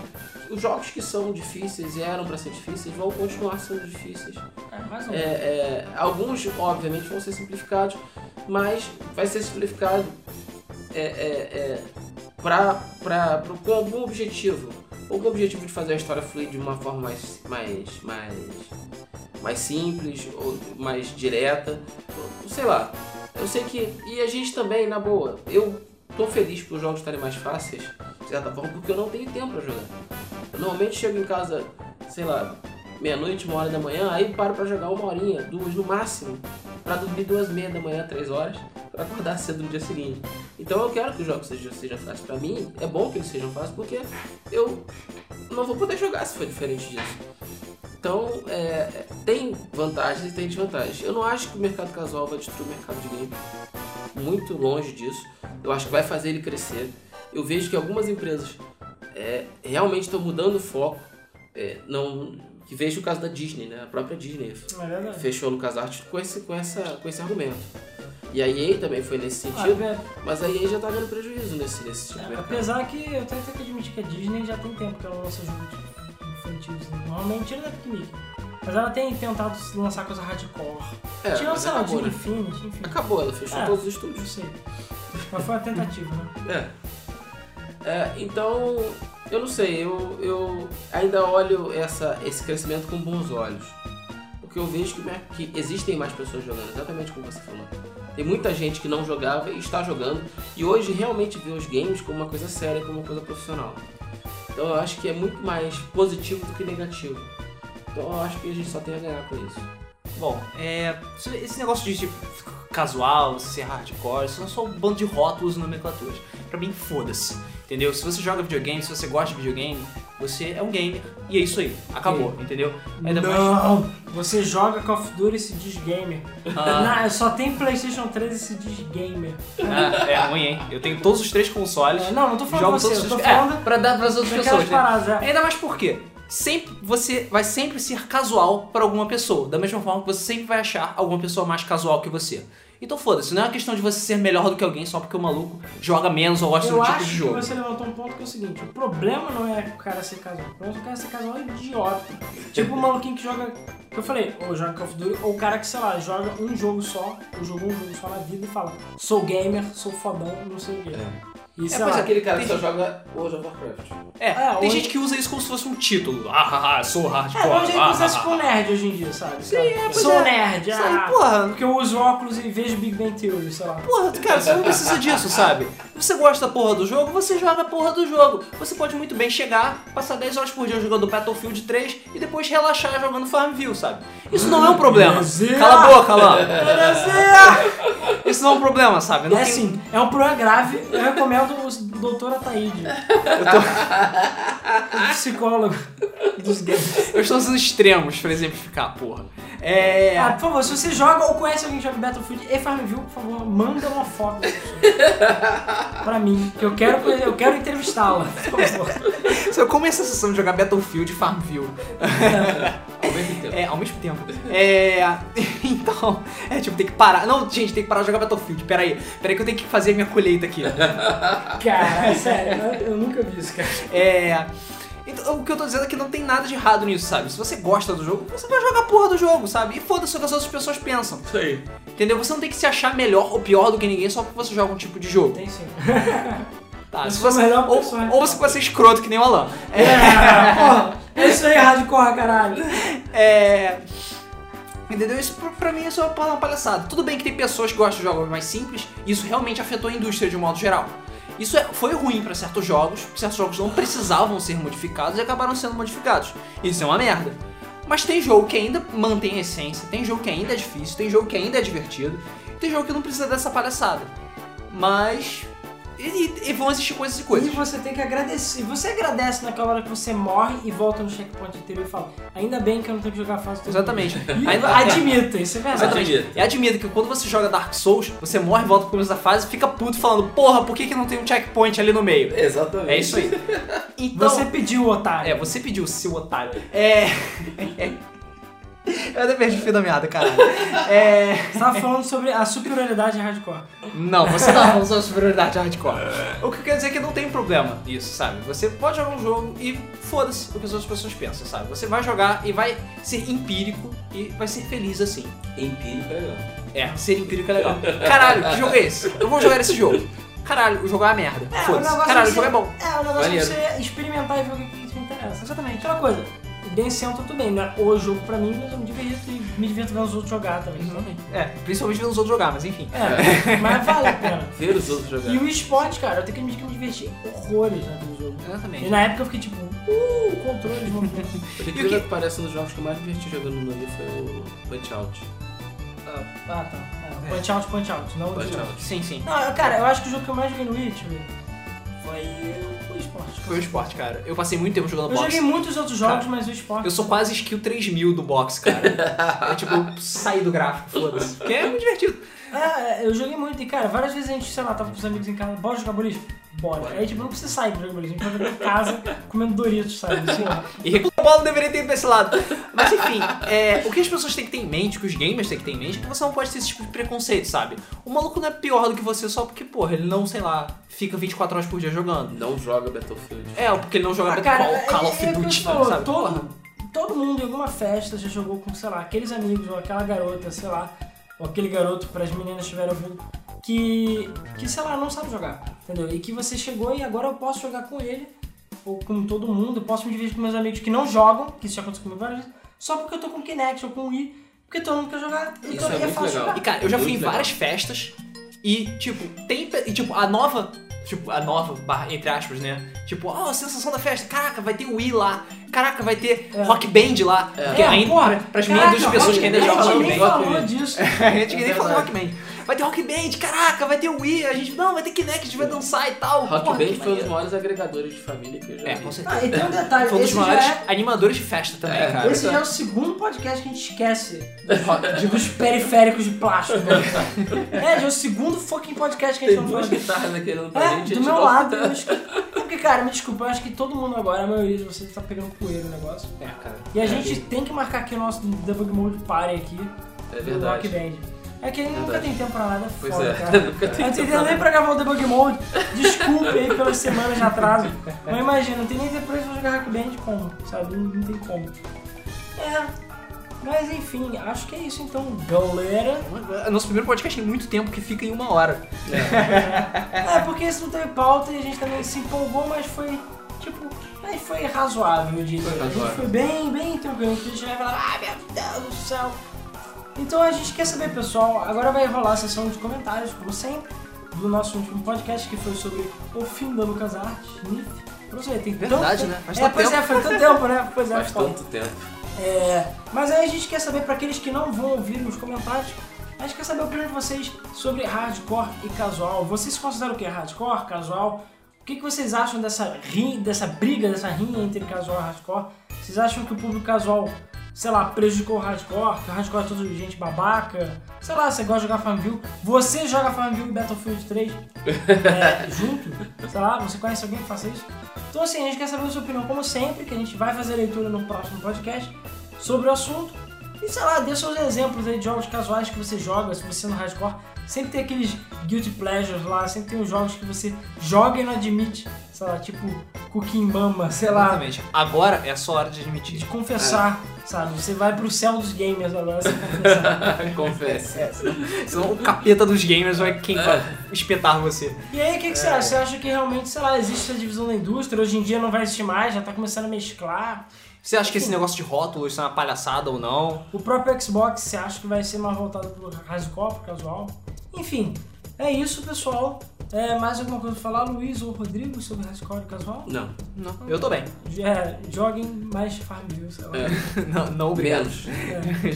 os jogos que são difíceis e eram para ser difíceis vão continuar sendo difíceis. É, mais um. É, é, alguns, obviamente, vão ser simplificados, mas vai ser simplificado é, é, é, pra, pra, pro- com algum objetivo. Ou com o objetivo de fazer a história fluir de uma forma mais, mais, mais, mais simples, ou mais direta, ou- sei lá. Eu sei que. E a gente também, na boa, eu tô feliz por os jogos estarem mais fáceis, de certa forma, porque eu não tenho tempo pra jogar. Eu normalmente chego em casa, sei lá, meia-noite, uma hora da manhã, aí paro pra jogar uma horinha, duas no máximo, pra dormir duas e meia da manhã, três horas, pra acordar cedo no dia seguinte. Então eu quero que os jogos sejam, sejam fáceis pra mim, é bom que eles sejam fáceis, porque eu não vou poder jogar se for diferente disso. Então, é, tem vantagens e tem desvantagens. Eu não acho que o mercado casual vai destruir o mercado de games. Muito longe disso. Eu acho que vai fazer ele crescer. Eu vejo que algumas empresas é, realmente estão mudando o foco. é, não, que vejo o caso da Disney, né? A própria Disney É verdade. fechou a LucasArts com esse, com, essa, com esse argumento. E a EA também foi nesse Ah, sentido, velho, mas a EA já tá dando prejuízo nesse, nesse tipo de É, mercado. apesar que eu tenho até que admitir que a Disney já tem tempo que ela lança jogos infantis. Né? Normalmente tira da Picnic. Mas ela tem tentado lançar coisa hardcore. É, Tirando, mas sei lá, acabou, de né? Infinity, enfim. Acabou, ela fechou É. todos os Não estúdios. sei. Mas foi uma tentativa, né? É. É, então, eu não sei, eu, eu ainda olho essa, esse crescimento com bons olhos. Porque eu vejo que, o mer- que existem mais pessoas jogando, exatamente como você falou. Tem muita gente que não jogava e está jogando, e hoje realmente vê os games como uma coisa séria, como uma coisa profissional. Então eu acho que é muito mais positivo do que negativo. Então eu acho que a gente só tem a ganhar com isso. Bom, é, esse negócio de tipo, casual, ser hardcore, isso não é só um bando de rótulos e nomenclaturas. Pra mim, foda-se. Entendeu? Se você joga videogame, se você gosta de videogame, você é um gamer. E é isso aí. Acabou, entendeu? Ainda mais. não! Você joga Call of Duty e se diz gamer. Ah. Não, só tem Playstation 3 e se diz gamer. Ah, é ruim, hein? Eu tenho todos os três consoles. É, não, não tô falando jogo de você, todos eu os tô é, falando pra dar pras outras daquelas pessoas. né? paradas. é. Ainda mais porque sempre você vai sempre ser casual para alguma pessoa, da mesma forma que você sempre vai achar alguma pessoa mais casual que você. Então foda-se, não é uma questão de você ser melhor do que alguém só porque o maluco joga menos ou gosta de Eu um acho tipo de que jogo. você levantou um ponto que é o seguinte, o problema não é o cara ser casual, o problema é o cara ser casual idiota. Tipo o maluquinho que joga, que eu falei, ou joga Call of Duty, ou o cara que, sei lá, joga um jogo só, ou jogou um jogo só na vida e fala, sou gamer, sou fodão, não sei o quê. E É, sei mas lá, aquele cara que tem só joga World of Warcraft. É, É, tem hoje- gente que usa isso como se fosse um título. Ah, ah, ah, sou hardcore. É, hoje ah, é ah, processo com ah. nerd hoje em dia, sabe? Sim, é, pois Sou é. nerd, ah, Sabe, porra, porque eu uso óculos e vejo Big Bang Theory, sei lá. Porra, cara, você não precisa disso, sabe? Você gosta da porra do jogo, você joga a porra do jogo. Você pode muito bem chegar, passar 10 horas por dia jogando Battlefield 3 e depois relaxar jogando Farmville, sabe? Isso não é um problema. Brasil! Cala a boca, Alan. Isso não é um problema, sabe? Não É tem- sim, é um problema grave, eu recomendo o doutor Ataíde, Eu, tô- o psicólogo dos games. eu estou nos extremos pra exemplificar, porra. É. Ah, por favor, se você joga ou conhece alguém que joga Battlefield e Farmville, por favor, manda uma foto da pessoa. pra mim, que eu quero, eu quero entrevistá-la, por favor. Eu como é a sensação de jogar Battlefield e Farmville? Ao mesmo tempo. É, ao mesmo tempo. É. Então, é tipo, tem que parar. Não, gente, tem que parar de jogar Battlefield. Pera aí. Pera aí que eu tenho que fazer minha colheita aqui. Cara, é sério, eu, eu nunca vi isso, cara. É. Então, o que eu tô dizendo é que não tem nada de errado nisso, sabe? Se você gosta do jogo, você vai jogar a porra do jogo, sabe? E foda-se o que as outras pessoas pensam. Isso aí. Entendeu? Você não tem que se achar melhor ou pior do que ninguém só porque você joga um tipo de jogo. Tem sim. Tá? Eu Se sou a você, melhor ou, pessoa. né? ou você pode ser escroto que nem o Alan. É, porra, é isso aí, hardcore, caralho. É. Entendeu? Isso pra, pra mim é só uma palhaçada. Tudo bem que tem pessoas que gostam de jogos mais simples, e isso realmente afetou a indústria de um modo geral. Isso é- foi ruim pra certos jogos, certos jogos não precisavam ser modificados e acabaram sendo modificados. Isso é uma merda. Mas tem jogo que ainda mantém a essência, tem jogo que ainda é difícil, tem jogo que ainda é divertido, tem jogo que não precisa dessa palhaçada. Mas. E, e- e vão existir coisas e E coisas. você tem que agradecer. Você agradece naquela hora que você morre e volta no checkpoint anterior e fala: Ainda bem que eu não tenho que jogar a fase toda. Exatamente. E Ainda- admita, isso é verdade. Exatamente. Admito. E admito que quando você joga Dark Souls, você morre, volta pro começo da fase e fica puto falando, porra, por que, que não tem um checkpoint ali no meio? Exatamente. É isso aí. Então. Você pediu, otário. É, você pediu, seu otário. É. Eu até perdi o fio da meada, cara. É. Você tava falando sobre a superioridade hardcore. Não, você tá falando sobre superioridade hardcore. O que eu quero dizer é que não tem problema isso, sabe? Você pode jogar um jogo e foda-se o que as outras pessoas pensam, sabe? Você vai jogar e vai ser empírico e vai ser feliz assim. Empírico é legal. É, ser empírico é legal. Caralho, que jogo é esse? Eu vou jogar esse jogo. Caralho, o jogo é uma merda. É, o Foda-se. negócio Caralho, é o jogo é bom. É, o negócio é Maneiro. você experimentar e ver o que que te interessa. Exatamente. Aquela coisa, bem sento tudo bem, né? O jogo pra mim, mas eu me divirto e me divirto vendo os outros jogar também. É, principalmente vendo os outros jogar, mas enfim. Uhum. É, mas vale a pena. Ver os outros E jogar. o esporte, cara, eu tenho que admitir que eu me diverti horrores naquele jogo. E Exatamente. na época eu fiquei tipo, uh, controle de movimento. Por incrível que pareça, um dos jogos que eu mais diverti jogando no Wii foi o Punch Out. ah, tá. É, Punch out, punch out. Não, o Punch de- Out. Sim, sim. não, eu- cara, eu acho que o jogo que eu mais joguei no Wii, deixa eu ver, foi o esporte. Foi o esporte, cara. Eu passei muito tempo jogando Eu boxe. joguei muitos outros jogos, Cara, mas o esporte. Eu sou quase skill 3000 do boxe, cara. É tipo, eu saí do gráfico, foda-se. Porque é muito divertido. É, eu joguei muito. E, cara, várias vezes a gente, sei lá, tava com os amigos em casa, bora jogar boliche? Bora. Aí, tipo, não precisa sair pra jogar boliche, a gente vai jogar em casa comendo Doritos, sabe? Assim, ó. E o Paulo deveria ter ido pra esse lado. Mas enfim, é, o que as pessoas têm que ter em mente, o que os gamers têm que ter em mente, é que você não pode ter esse tipo de preconceito, sabe? O maluco não é pior do que você só porque, porra, ele não, sei lá, fica 24 horas por dia jogando. Não joga Battlefield. É, porque ele não joga Ah, ah, cara, Call é- of é o que eu Duty, falo, sabe? Todo, todo mundo em alguma festa já jogou com, sei lá, aqueles amigos, ou aquela garota, sei lá, ou aquele garoto, para as meninas estiverem ouvindo, que, que, sei lá, não sabe jogar, entendeu? E que você chegou e agora eu posso jogar com ele, ou com todo mundo, eu posso me divertir com meus amigos que não jogam, que isso já aconteceu comigo várias vezes, só porque eu tô com Kinect ou com Wii, porque todo mundo quer jogar, e Isso todo é mundo muito fácil legal. E jogar. cara, eu já fui Muito em legal. várias festas e, tipo, tem. pe- E, tipo, a nova. Tipo, a nova, barra, entre aspas, né? Tipo, ó, a sensação da festa. Caraca, vai ter Wii lá. Caraca, vai ter É. Rock Band lá. Porque É, ainda, porra, pras caraca, minhas duas pessoas que ainda Rock jogam Band, Rock nem Band. falou disso. A gente nem É falou verdade. Rock Band. Vai ter Rock Band, caraca, vai ter Wii. A gente, não, vai ter Kinect, a gente vai dançar e tal. Rock Porra, que Band foi um dos maneiro. maiores agregadores de família que eu já É, vi. com certeza. Ah, e tem um detalhe, Foi um dos esse já maiores é- animadores de festa também, É. cara. Esse já é o segundo podcast que a gente esquece de- dos periféricos de plástico. é, já é o segundo fucking podcast que a gente Tem não duas fala. guitarras naquele ano pra É, gente. a do gente meu não- lado. Eu acho que... É Porque, cara, me desculpa, eu acho que todo mundo agora, a maioria de vocês, tá pegando poeira o negócio. É, cara. E a gente tem que marcar aqui o nosso Debug Mode Party aqui, É do Rock verdade. Band. É que a gente nunca Verdade. tem tempo pra nada, é Pois foda, é. cara. Nunca tem Eu não tempo tem pra nem pra gravar o Debug Mode. Desculpe aí pelas semanas de atraso. Mas imagina, não tem nem tempo pra eu jogar Rock Band como, sabe? Não, não tem como. É. Mas enfim, acho que é isso então, galera. É o Nosso primeiro podcast tem muito tempo que fica em uma hora. É, porque isso não teve pauta e a gente também se empolgou, mas foi, tipo, aí foi razoável, eu diria. Foi A gente razoável. foi bem, bem tranquilo, a gente vai falar, ah, meu Deus do céu. Então a gente quer saber, pessoal, agora vai rolar a sessão de comentários, como sempre, do nosso último podcast, que foi sobre o fim da LucasArts, NIF. Pra você, ver, tem tanto Verdade, tempo- né? Faz é, tanto pois tempo. é, foi tanto tempo, né? Pois é, Faz fala. tanto tempo. É, mas aí a gente quer saber, para aqueles que não vão ouvir nos comentários, a gente quer saber a opinião de vocês sobre hardcore e casual. Vocês consideram o que? Hardcore, casual? O que, que vocês acham dessa, ri, dessa briga, dessa rinha entre casual e hardcore? Vocês acham que o público casual, sei lá, prejudicou o hardcore? Que o hardcore é tudo gente babaca? Sei lá, você gosta de jogar Farmville? Você joga Farmville e Battlefield 3 é, junto? Sei lá, você conhece alguém que faça isso? Então assim, a gente quer saber a sua opinião, como sempre, que a gente vai fazer leitura no próximo podcast sobre o assunto. E sei lá, dê seus exemplos aí de jogos casuais que você joga, se você é no hardcore. Sempre tem aqueles guilty pleasures lá, sempre tem os jogos que você joga e não admite, sei lá, tipo Cooking Mama, sei lá, Exatamente. Agora é a sua hora de de admitir. confessar, sabe? Você vai pro céu dos gamers agora, você confessar. Confesso. É, Senão o capeta dos gamers vai quem vai espetar você. E aí, o que, que você acha? Você acha que realmente, sei lá, existe essa divisão da indústria? Hoje em dia não vai existir mais, já tá começando a mesclar. Você acha que esse negócio de rótulos isso é uma palhaçada ou não? O próprio Xbox, você acha que vai ser mais voltado pro hardcore, pro casual? Enfim, é isso, pessoal. É, mais alguma coisa pra falar, Luiz ou Rodrigo, sobre hardcore e casual? Não. Não. Eu tô bem. É, joguem mais Farmville, sei lá. É. É. Não, não obrigado. Menos.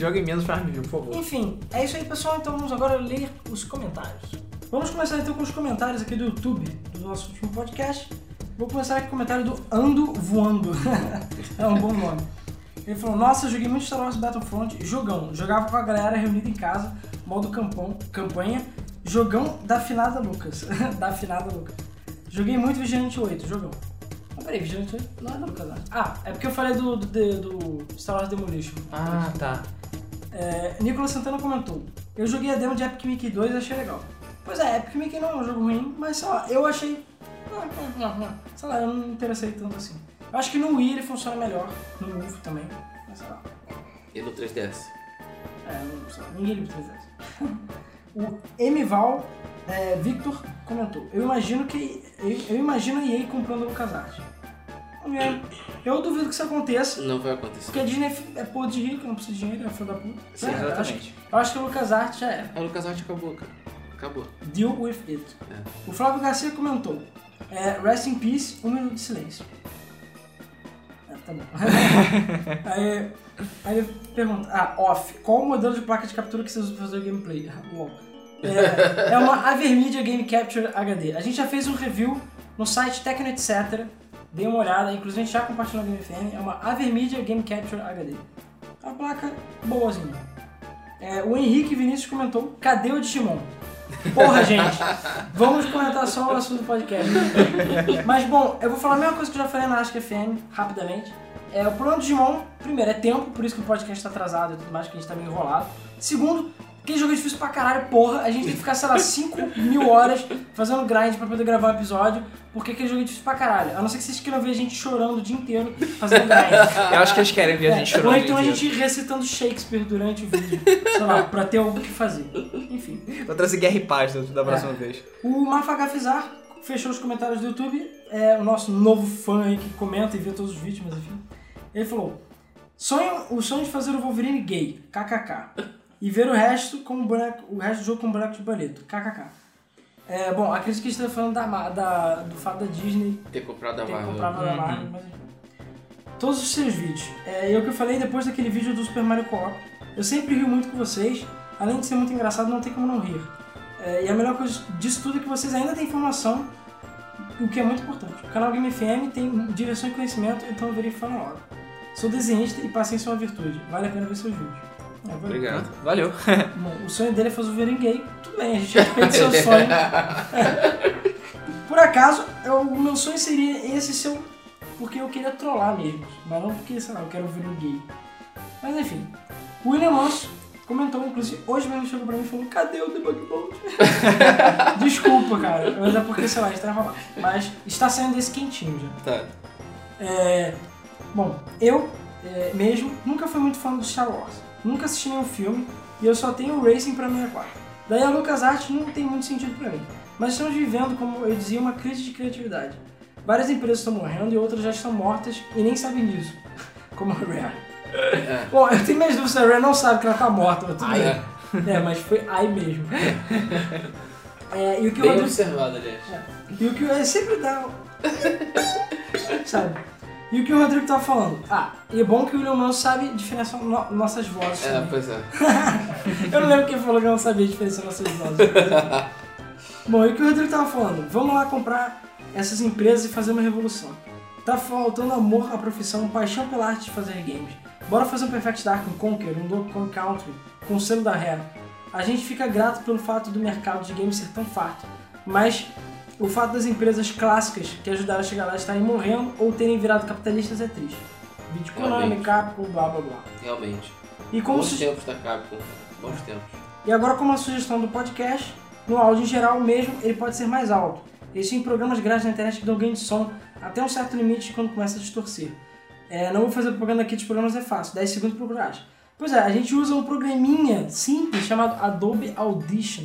Joguem menos Farmville, por favor. Enfim, é isso aí, pessoal. Então vamos agora ler os comentários. Vamos começar então com os comentários aqui do YouTube, do nosso último podcast. Vou começar aqui com o comentário do Ando Voando. é um bom nome. Ele falou, nossa, joguei muito Star Wars Battlefront, jogão. Jogava com a galera reunida em casa, modo campão, campanha, jogão da afinada Lucas. da afinada Lucas. Joguei muito Vigilante 8, jogão. Mas peraí, Vigilante 8 não é da Lucas, né? Ah, é porque eu falei do, do, do Star Wars Demolition. Ah, tá. É, Nicolas Santana comentou: Eu joguei a demo de Epic Mickey 2 e achei legal. Pois é, Epic Mickey não é um jogo ruim, mas sei lá, eu achei. Sei lá, eu não me interessei tanto assim. Eu acho que no Wii ele funciona melhor, no Move também, mas sei lá. E no 3DS. É, não sei, ninguém liga pra 3DS. o Emival é, Victor comentou: Eu imagino que. Eu, eu imagino a EA comprando o LucasArts. É, Eu duvido que isso aconteça. Não vai acontecer. Porque a Disney é fi- é porra de rico, não precisa de dinheiro, é filho da puta. Sim, É, eu acho exatamente. eu acho que o LucasArts já era. A É, Lucas Arte acabou, cara. Acabou. Deal with it. O Flávio Garcia comentou: é, Rest in peace, um minuto de silêncio. É, tá bom. aí, aí ele pergunta: Ah, off, qual o modelo de placa de captura que você usa pra fazer o gameplay? Uau. É, é uma Avermedia Game Capture HD. A gente já fez um review no site Tecno Etc. Dê uma olhada, inclusive a gente já compartilhou no Game FM. É uma Avermedia Game Capture HD. É uma placa boazinha. É, o Henrique Vinícius comentou: Cadê o Digimon? Porra, gente, vamos comentar só o assunto do podcast. Mas bom, eu vou falar a mesma coisa que eu já falei na Ask FM, rapidamente. É, o problema do Digimon, primeiro, é tempo, por isso que o podcast tá atrasado e tudo mais, que a gente tá meio enrolado. Segundo, porque jogo é difícil pra caralho, porra, a gente tem que ficar, sei lá, 5 mil horas fazendo grind pra poder gravar um episódio, porque aquele jogo é difícil pra caralho. A não ser que vocês queiram ver a gente chorando o dia inteiro fazendo grind. Eu acho que eles querem ver a gente Ah, Ou chorando. então a inteiro. gente recitando Shakespeare durante o vídeo, sei lá, pra ter algo que fazer. Enfim. Vou trazer Guerra e Paz da- da É. próxima vez. O Mafagafizar fechou os comentários do YouTube, é o nosso novo fã aí que comenta e vê todos os vídeos, mas enfim. Ele falou: sonho, o sonho de fazer o Wolverine gay, kkk. E ver o resto como boneco, o resto do jogo com boneco de boleto, kkk. É, bom, acredito que a gente tá falando da, ma- da- do fato da Disney Ter comprado a ter Marvel. comprado a Uhum. Marvel, mas enfim. Todos os seus vídeos. É, e é o que eu falei depois daquele vídeo do Super Mario Co-op. Eu sempre rio muito com vocês. Além de ser muito engraçado, não tem como não rir. É, e a melhor coisa disso tudo é que vocês ainda têm informação, o que é muito importante. O canal Game FM tem direção e conhecimento, então eu verei falando logo. Sou desenhista e paciência é uma virtude. Vale a pena ver seus vídeos. É, valeu. Obrigado. Valeu. Bom, o sonho dele é fazer o Wolverine gay. Tudo bem, a gente respeita seu sonho. Por acaso, eu- o meu sonho seria esse seu. Porque eu queria trollar mesmo. Mas não porque, sei lá, eu quero ver um gay. Mas enfim. O William Manso comentou, inclusive, hoje mesmo chegou pra mim e falou: Cadê o Debug Mode? Desculpa, cara. Mas é porque, sei lá, está enrolado. Mas está saindo desse quentinho já. Tá. É, bom, eu é, mesmo nunca fui muito fã do Star Wars. nunca assisti nenhum filme e eu só tenho o Racing pra 64. Daí a LucasArts não tem muito sentido pra mim. Mas estamos vivendo, como eu dizia, uma crise de criatividade. Várias empresas estão morrendo e outras já estão mortas e nem sabem disso. Como a Rare. É. Bom, eu tenho minhas dúvidas se a Rare não sabe que ela tá morta, mas tudo Ai, bem. É, mas foi ai mesmo. É, e o que o Bem Rodrigo observado, aliás. e o que é sempre dá. um- Sabe? E o que o Rodrigo tava falando? Ah, e é bom que o William Manso sabe diferenciar no- nossas vozes. É, também. pois é. Eu não lembro quem falou que eu não sabia diferenciar nossas vozes. né? bom, e o que o Rodrigo tava falando? Vamos lá comprar essas empresas e fazer uma revolução. Tá faltando amor à profissão, paixão pela arte de fazer games. Bora fazer um Perfect Dark, um Conquer, um Donkey Kong Country, com o selo da Rare. A gente fica grato pelo fato do mercado de games ser tão farto, mas o fato das empresas clássicas que ajudaram a chegar lá estarem morrendo ou terem virado capitalistas é triste. Vídeo Konami, Realmente. Capcom, blá blá blá. Realmente. E como Bons se- tempos da Capcom. É. Bons tempos. e agora, como a sugestão do podcast, no áudio em geral mesmo, ele pode ser mais alto. Existem programas grátis na internet que dão ganho de som até um certo limite quando começa a distorcer. É, não vou fazer propaganda aqui dos programas, é fácil, 10 segundos por programa. Pois é, a gente usa um programinha simples chamado Adobe Audition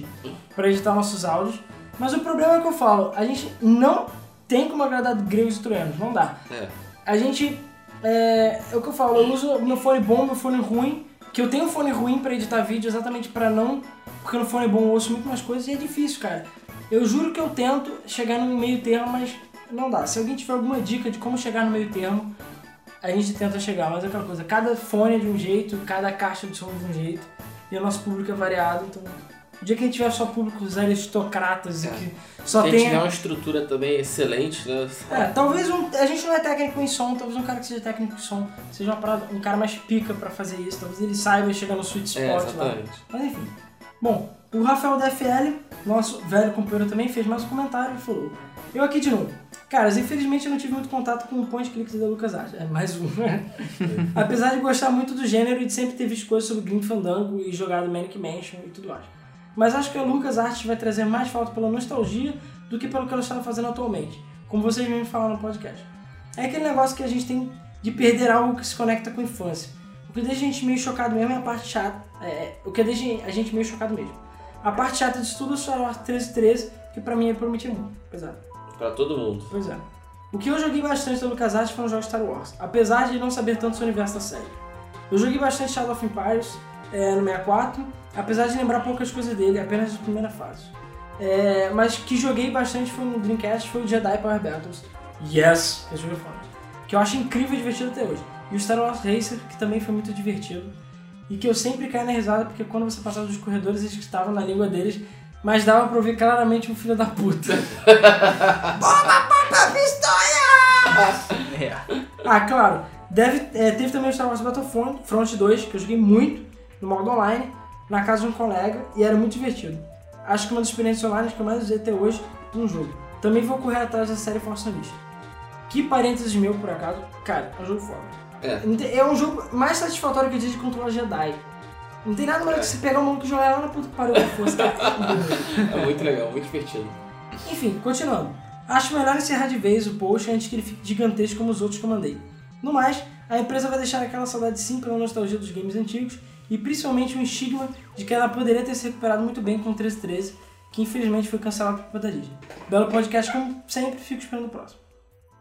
para editar nossos áudios, mas o problema é que eu falo, a gente não tem como agradar gregos e troianos, não dá. É. A gente. É, é o que eu falo, eu uso meu fone bom, meu fone ruim. Que eu tenho um fone ruim pra editar vídeo exatamente pra não. Porque no fone bom eu ouço muito mais coisas e é difícil, cara. Eu juro que eu tento chegar no meio termo, mas não dá. Se alguém tiver alguma dica de como chegar no meio termo, a gente tenta chegar. Mas é aquela coisa, cada fone é de um jeito, cada caixa de som é de um jeito. E o nosso público é variado, então. O dia que a gente tiver só públicos aristocratas e É. que só Se a tem. gente tiver uma estrutura também excelente, né? É, talvez um. A gente não é técnico em som, talvez um cara que seja técnico em som seja uma parada- um cara mais pica pra fazer isso, talvez ele saiba chegar no sweet spot É, tá lá. exatamente. Mas enfim. Bom, o Rafael da FL, nosso velho companheiro também, fez mais um comentário e falou: Eu aqui de novo. Caras, infelizmente eu não tive muito contato com o Point Click da LucasArts. É mais um. Apesar de gostar muito do gênero e de sempre ter visto coisas sobre Green Fandango e jogado Manic Mansion e tudo mais. Mas acho que a LucasArts vai trazer mais falta pela nostalgia do que pelo que ela está fazendo atualmente, como vocês mesmos falaram no podcast. É aquele negócio que a gente tem de perder algo que se conecta com a infância. O que deixa a gente meio chocado mesmo é a parte chata. é, o que deixa a gente meio chocado mesmo. A parte chata disso tudo é só a 1313, que pra mim é prometia muito. Pesado. Pra todo mundo. Pois é. O que eu joguei bastante do LucasArts foi um jogo Star Wars, apesar de não saber tanto sobre o universo da série. Eu joguei bastante Shadow of Empires é, no 64, apesar de lembrar poucas coisas dele, apenas da primeira fase. É, mas que joguei bastante foi no Dreamcast foi o Jedi Power Battles. Yes! Esse jogo é foda. Que eu acho incrível e divertido até hoje. E o Star Wars Racer, que também foi muito divertido. E que eu sempre caí na risada, porque quando você passava dos corredores, eles estavam na língua deles, mas dava pra ouvir claramente um filho da puta. É. Ah, claro. Deve, é, teve também o Star Wars Battlefront Front 2, que eu joguei muito no modo online, na casa de um colega, e era muito divertido. Acho que uma das experiências online que eu mais usei até hoje num jogo. Também vou correr atrás da série Força Unleashed. Que parênteses meu, por acaso. Cara, é um jogo foda. É. Não tem- É um jogo mais satisfatório que o dia de controlar Jedi. Não tem nada melhor que você pegar um maluco e jogar lá na puta que pariu da força, cara. É muito legal, muito divertido. Enfim, continuando. Acho melhor encerrar de vez o post antes que ele fique gigantesco como os outros que eu mandei. No mais, a empresa vai deixar aquela saudade sim pela nostalgia dos games antigos e principalmente um estigma de que ela poderia ter se recuperado muito bem com o 1313, que infelizmente foi cancelado por conta da Disney. Belo podcast, como sempre, fico esperando o próximo.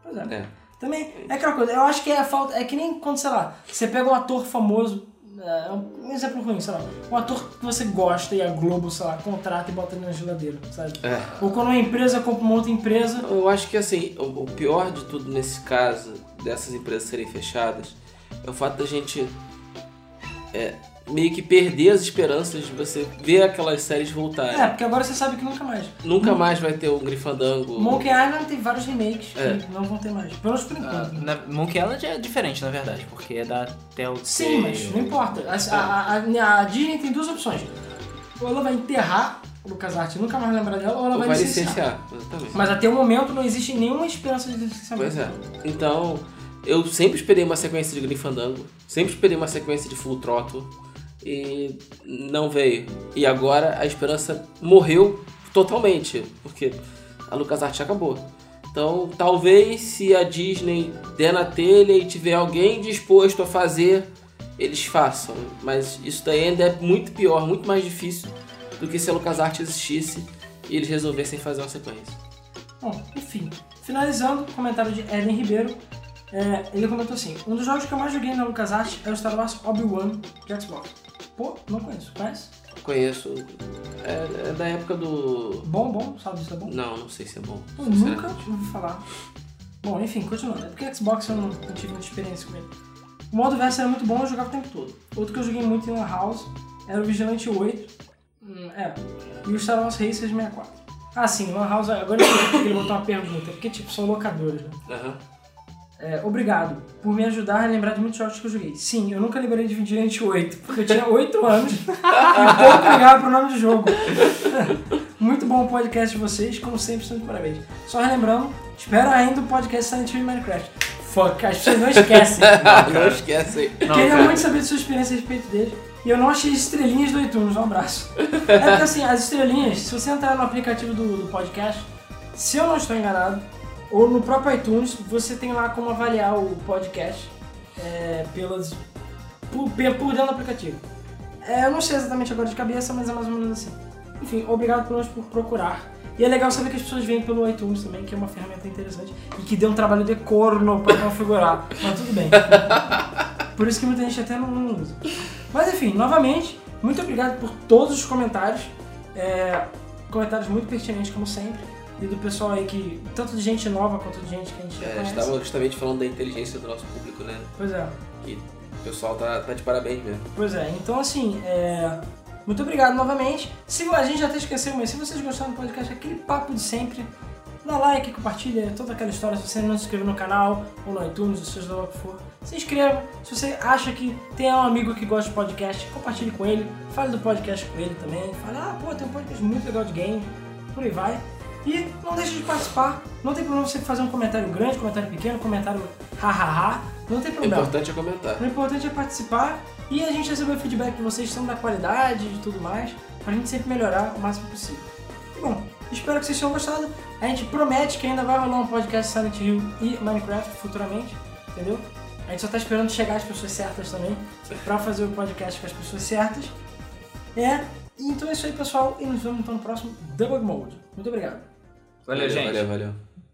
Pois é. É. Também é aquela coisa, eu acho que é a falta. É que nem quando, sei lá, você pega um ator famoso. É um exemplo ruim, sei lá. Um ator que você gosta e a Globo, sei lá, contrata e bota ele na geladeira, sabe? É. Ou quando uma empresa compra uma outra empresa. Eu acho que assim, o o pior de tudo nesse caso, dessas empresas serem fechadas, é o fato da gente é, meio que perder as esperanças de você ver aquelas séries voltarem. É, porque agora você sabe que nunca mais. Nunca mais vai ter um Grifandango. Monkey Island tem vários remakes É. que não vão ter mais. Pelo menos por enquanto. né? Na, Monkey Island é diferente, na verdade, porque é da Telltale. Sim, mas não importa. A, a- a- a Disney tem duas opções. Ou ela vai enterrar o Lucas Arte nunca mais lembrar dela, ou ela Ou vai, vai licenciar. licenciar. Exatamente. Mas até o momento não existe nenhuma esperança de licenciamento. Pois é. Então, eu sempre esperei uma sequência de Grifandango, sempre esperei uma sequência de Full Throttle e não veio. E agora a esperança morreu totalmente, porque a LucasArts acabou. Então, talvez se a Disney der na telha e tiver alguém disposto a fazer eles façam. Mas isso daí ainda é muito pior, muito mais difícil do que se a LucasArts existisse e eles resolvessem fazer uma sequência. Bom, enfim. Finalizando, comentário de Eden Ribeiro. É, ele comentou assim: Um dos jogos que eu mais joguei na LucasArts é o Star Wars Obi-Wan de Xbox. Pô, não conheço. Conhece? Conheço. É, é da época do. Bom, bom. Sabe se é bom? Não, não sei se é bom. Eu nunca sinceramente. ouvi falar. Bom, enfim, continuando. É porque Xbox eu não, não tive muita experiência com ele. O modo verso era muito bom, eu jogava o tempo todo. Outro que eu joguei muito em Lan House era o Vigilante 8. Hum, é. E o Star Wars Racers 64. Ah, sim, Lan House. Agora eu entendi porque ele botou uma pergunta. Porque, tipo, são locadores, né? Aham. É, obrigado por me ajudar a lembrar de muitos jogos que eu joguei. Sim, eu nunca liberei de Vigilante 8, porque eu tinha 8 anos e pouco ligava pro nome do jogo. Muito bom o podcast de vocês, como sempre, estão de parabéns. Só relembrando, espero ainda o podcast Silent Hill e Minecraft. Fuck, as pessoas não esquecem. Ah, não esquece aí. Não, Queria cara. muito saber de sua experiência a respeito dele. E eu não achei estrelinhas do iTunes, um abraço. É porque assim, as estrelinhas, se você entrar no aplicativo do, do podcast, se eu não estou enganado, ou no próprio iTunes, você tem lá como avaliar o podcast é, pelas, por, pe- por dentro do aplicativo. É, eu não sei exatamente agora de cabeça, mas é mais ou menos assim. Enfim, obrigado por nós por procurar. E é legal saber que as pessoas vêm pelo iTunes também, que é uma ferramenta interessante e que deu um trabalho de corno pra configurar, mas tudo bem. Por isso que muita gente até não, não usa. Mas enfim, novamente, muito obrigado por todos os comentários. É, comentários muito pertinentes, como sempre. E do pessoal aí que. Tanto de gente nova quanto de gente que a gente já É, a gente conhece. tava justamente falando da inteligência do nosso público, né? Pois é. Que o pessoal tá, tá de parabéns mesmo. Pois é, então assim, é... muito obrigado novamente. Se a gente já até esqueceu, mas se vocês gostaram do podcast, aquele papo de sempre, dá like, compartilha, toda aquela história. Se você não se inscreveu no canal, ou no iTunes, ou seja lá o que for, se inscreva. Se você acha que tem um amigo que gosta de podcast, compartilhe com ele, fale do podcast com ele também. Fale, ah, pô, tem um podcast muito legal de game, por aí vai. E não deixe de participar, não tem problema você fazer um comentário grande, comentário pequeno, comentário hahaha, não tem O problema. importante é comentar. O importante é participar e a gente receber o feedback de vocês, tanto da qualidade e tudo mais, pra gente sempre melhorar o máximo possível. E, bom, espero que vocês tenham gostado. A gente promete que ainda vai rolar um podcast Silent Hill e Minecraft futuramente, entendeu? A gente só tá esperando chegar as pessoas certas também, pra fazer o podcast com as pessoas certas. É, então é isso aí, pessoal, e nos vemos então no próximo Debug Mode. Muito obrigado. Valeu, gente. Valeu, valeu.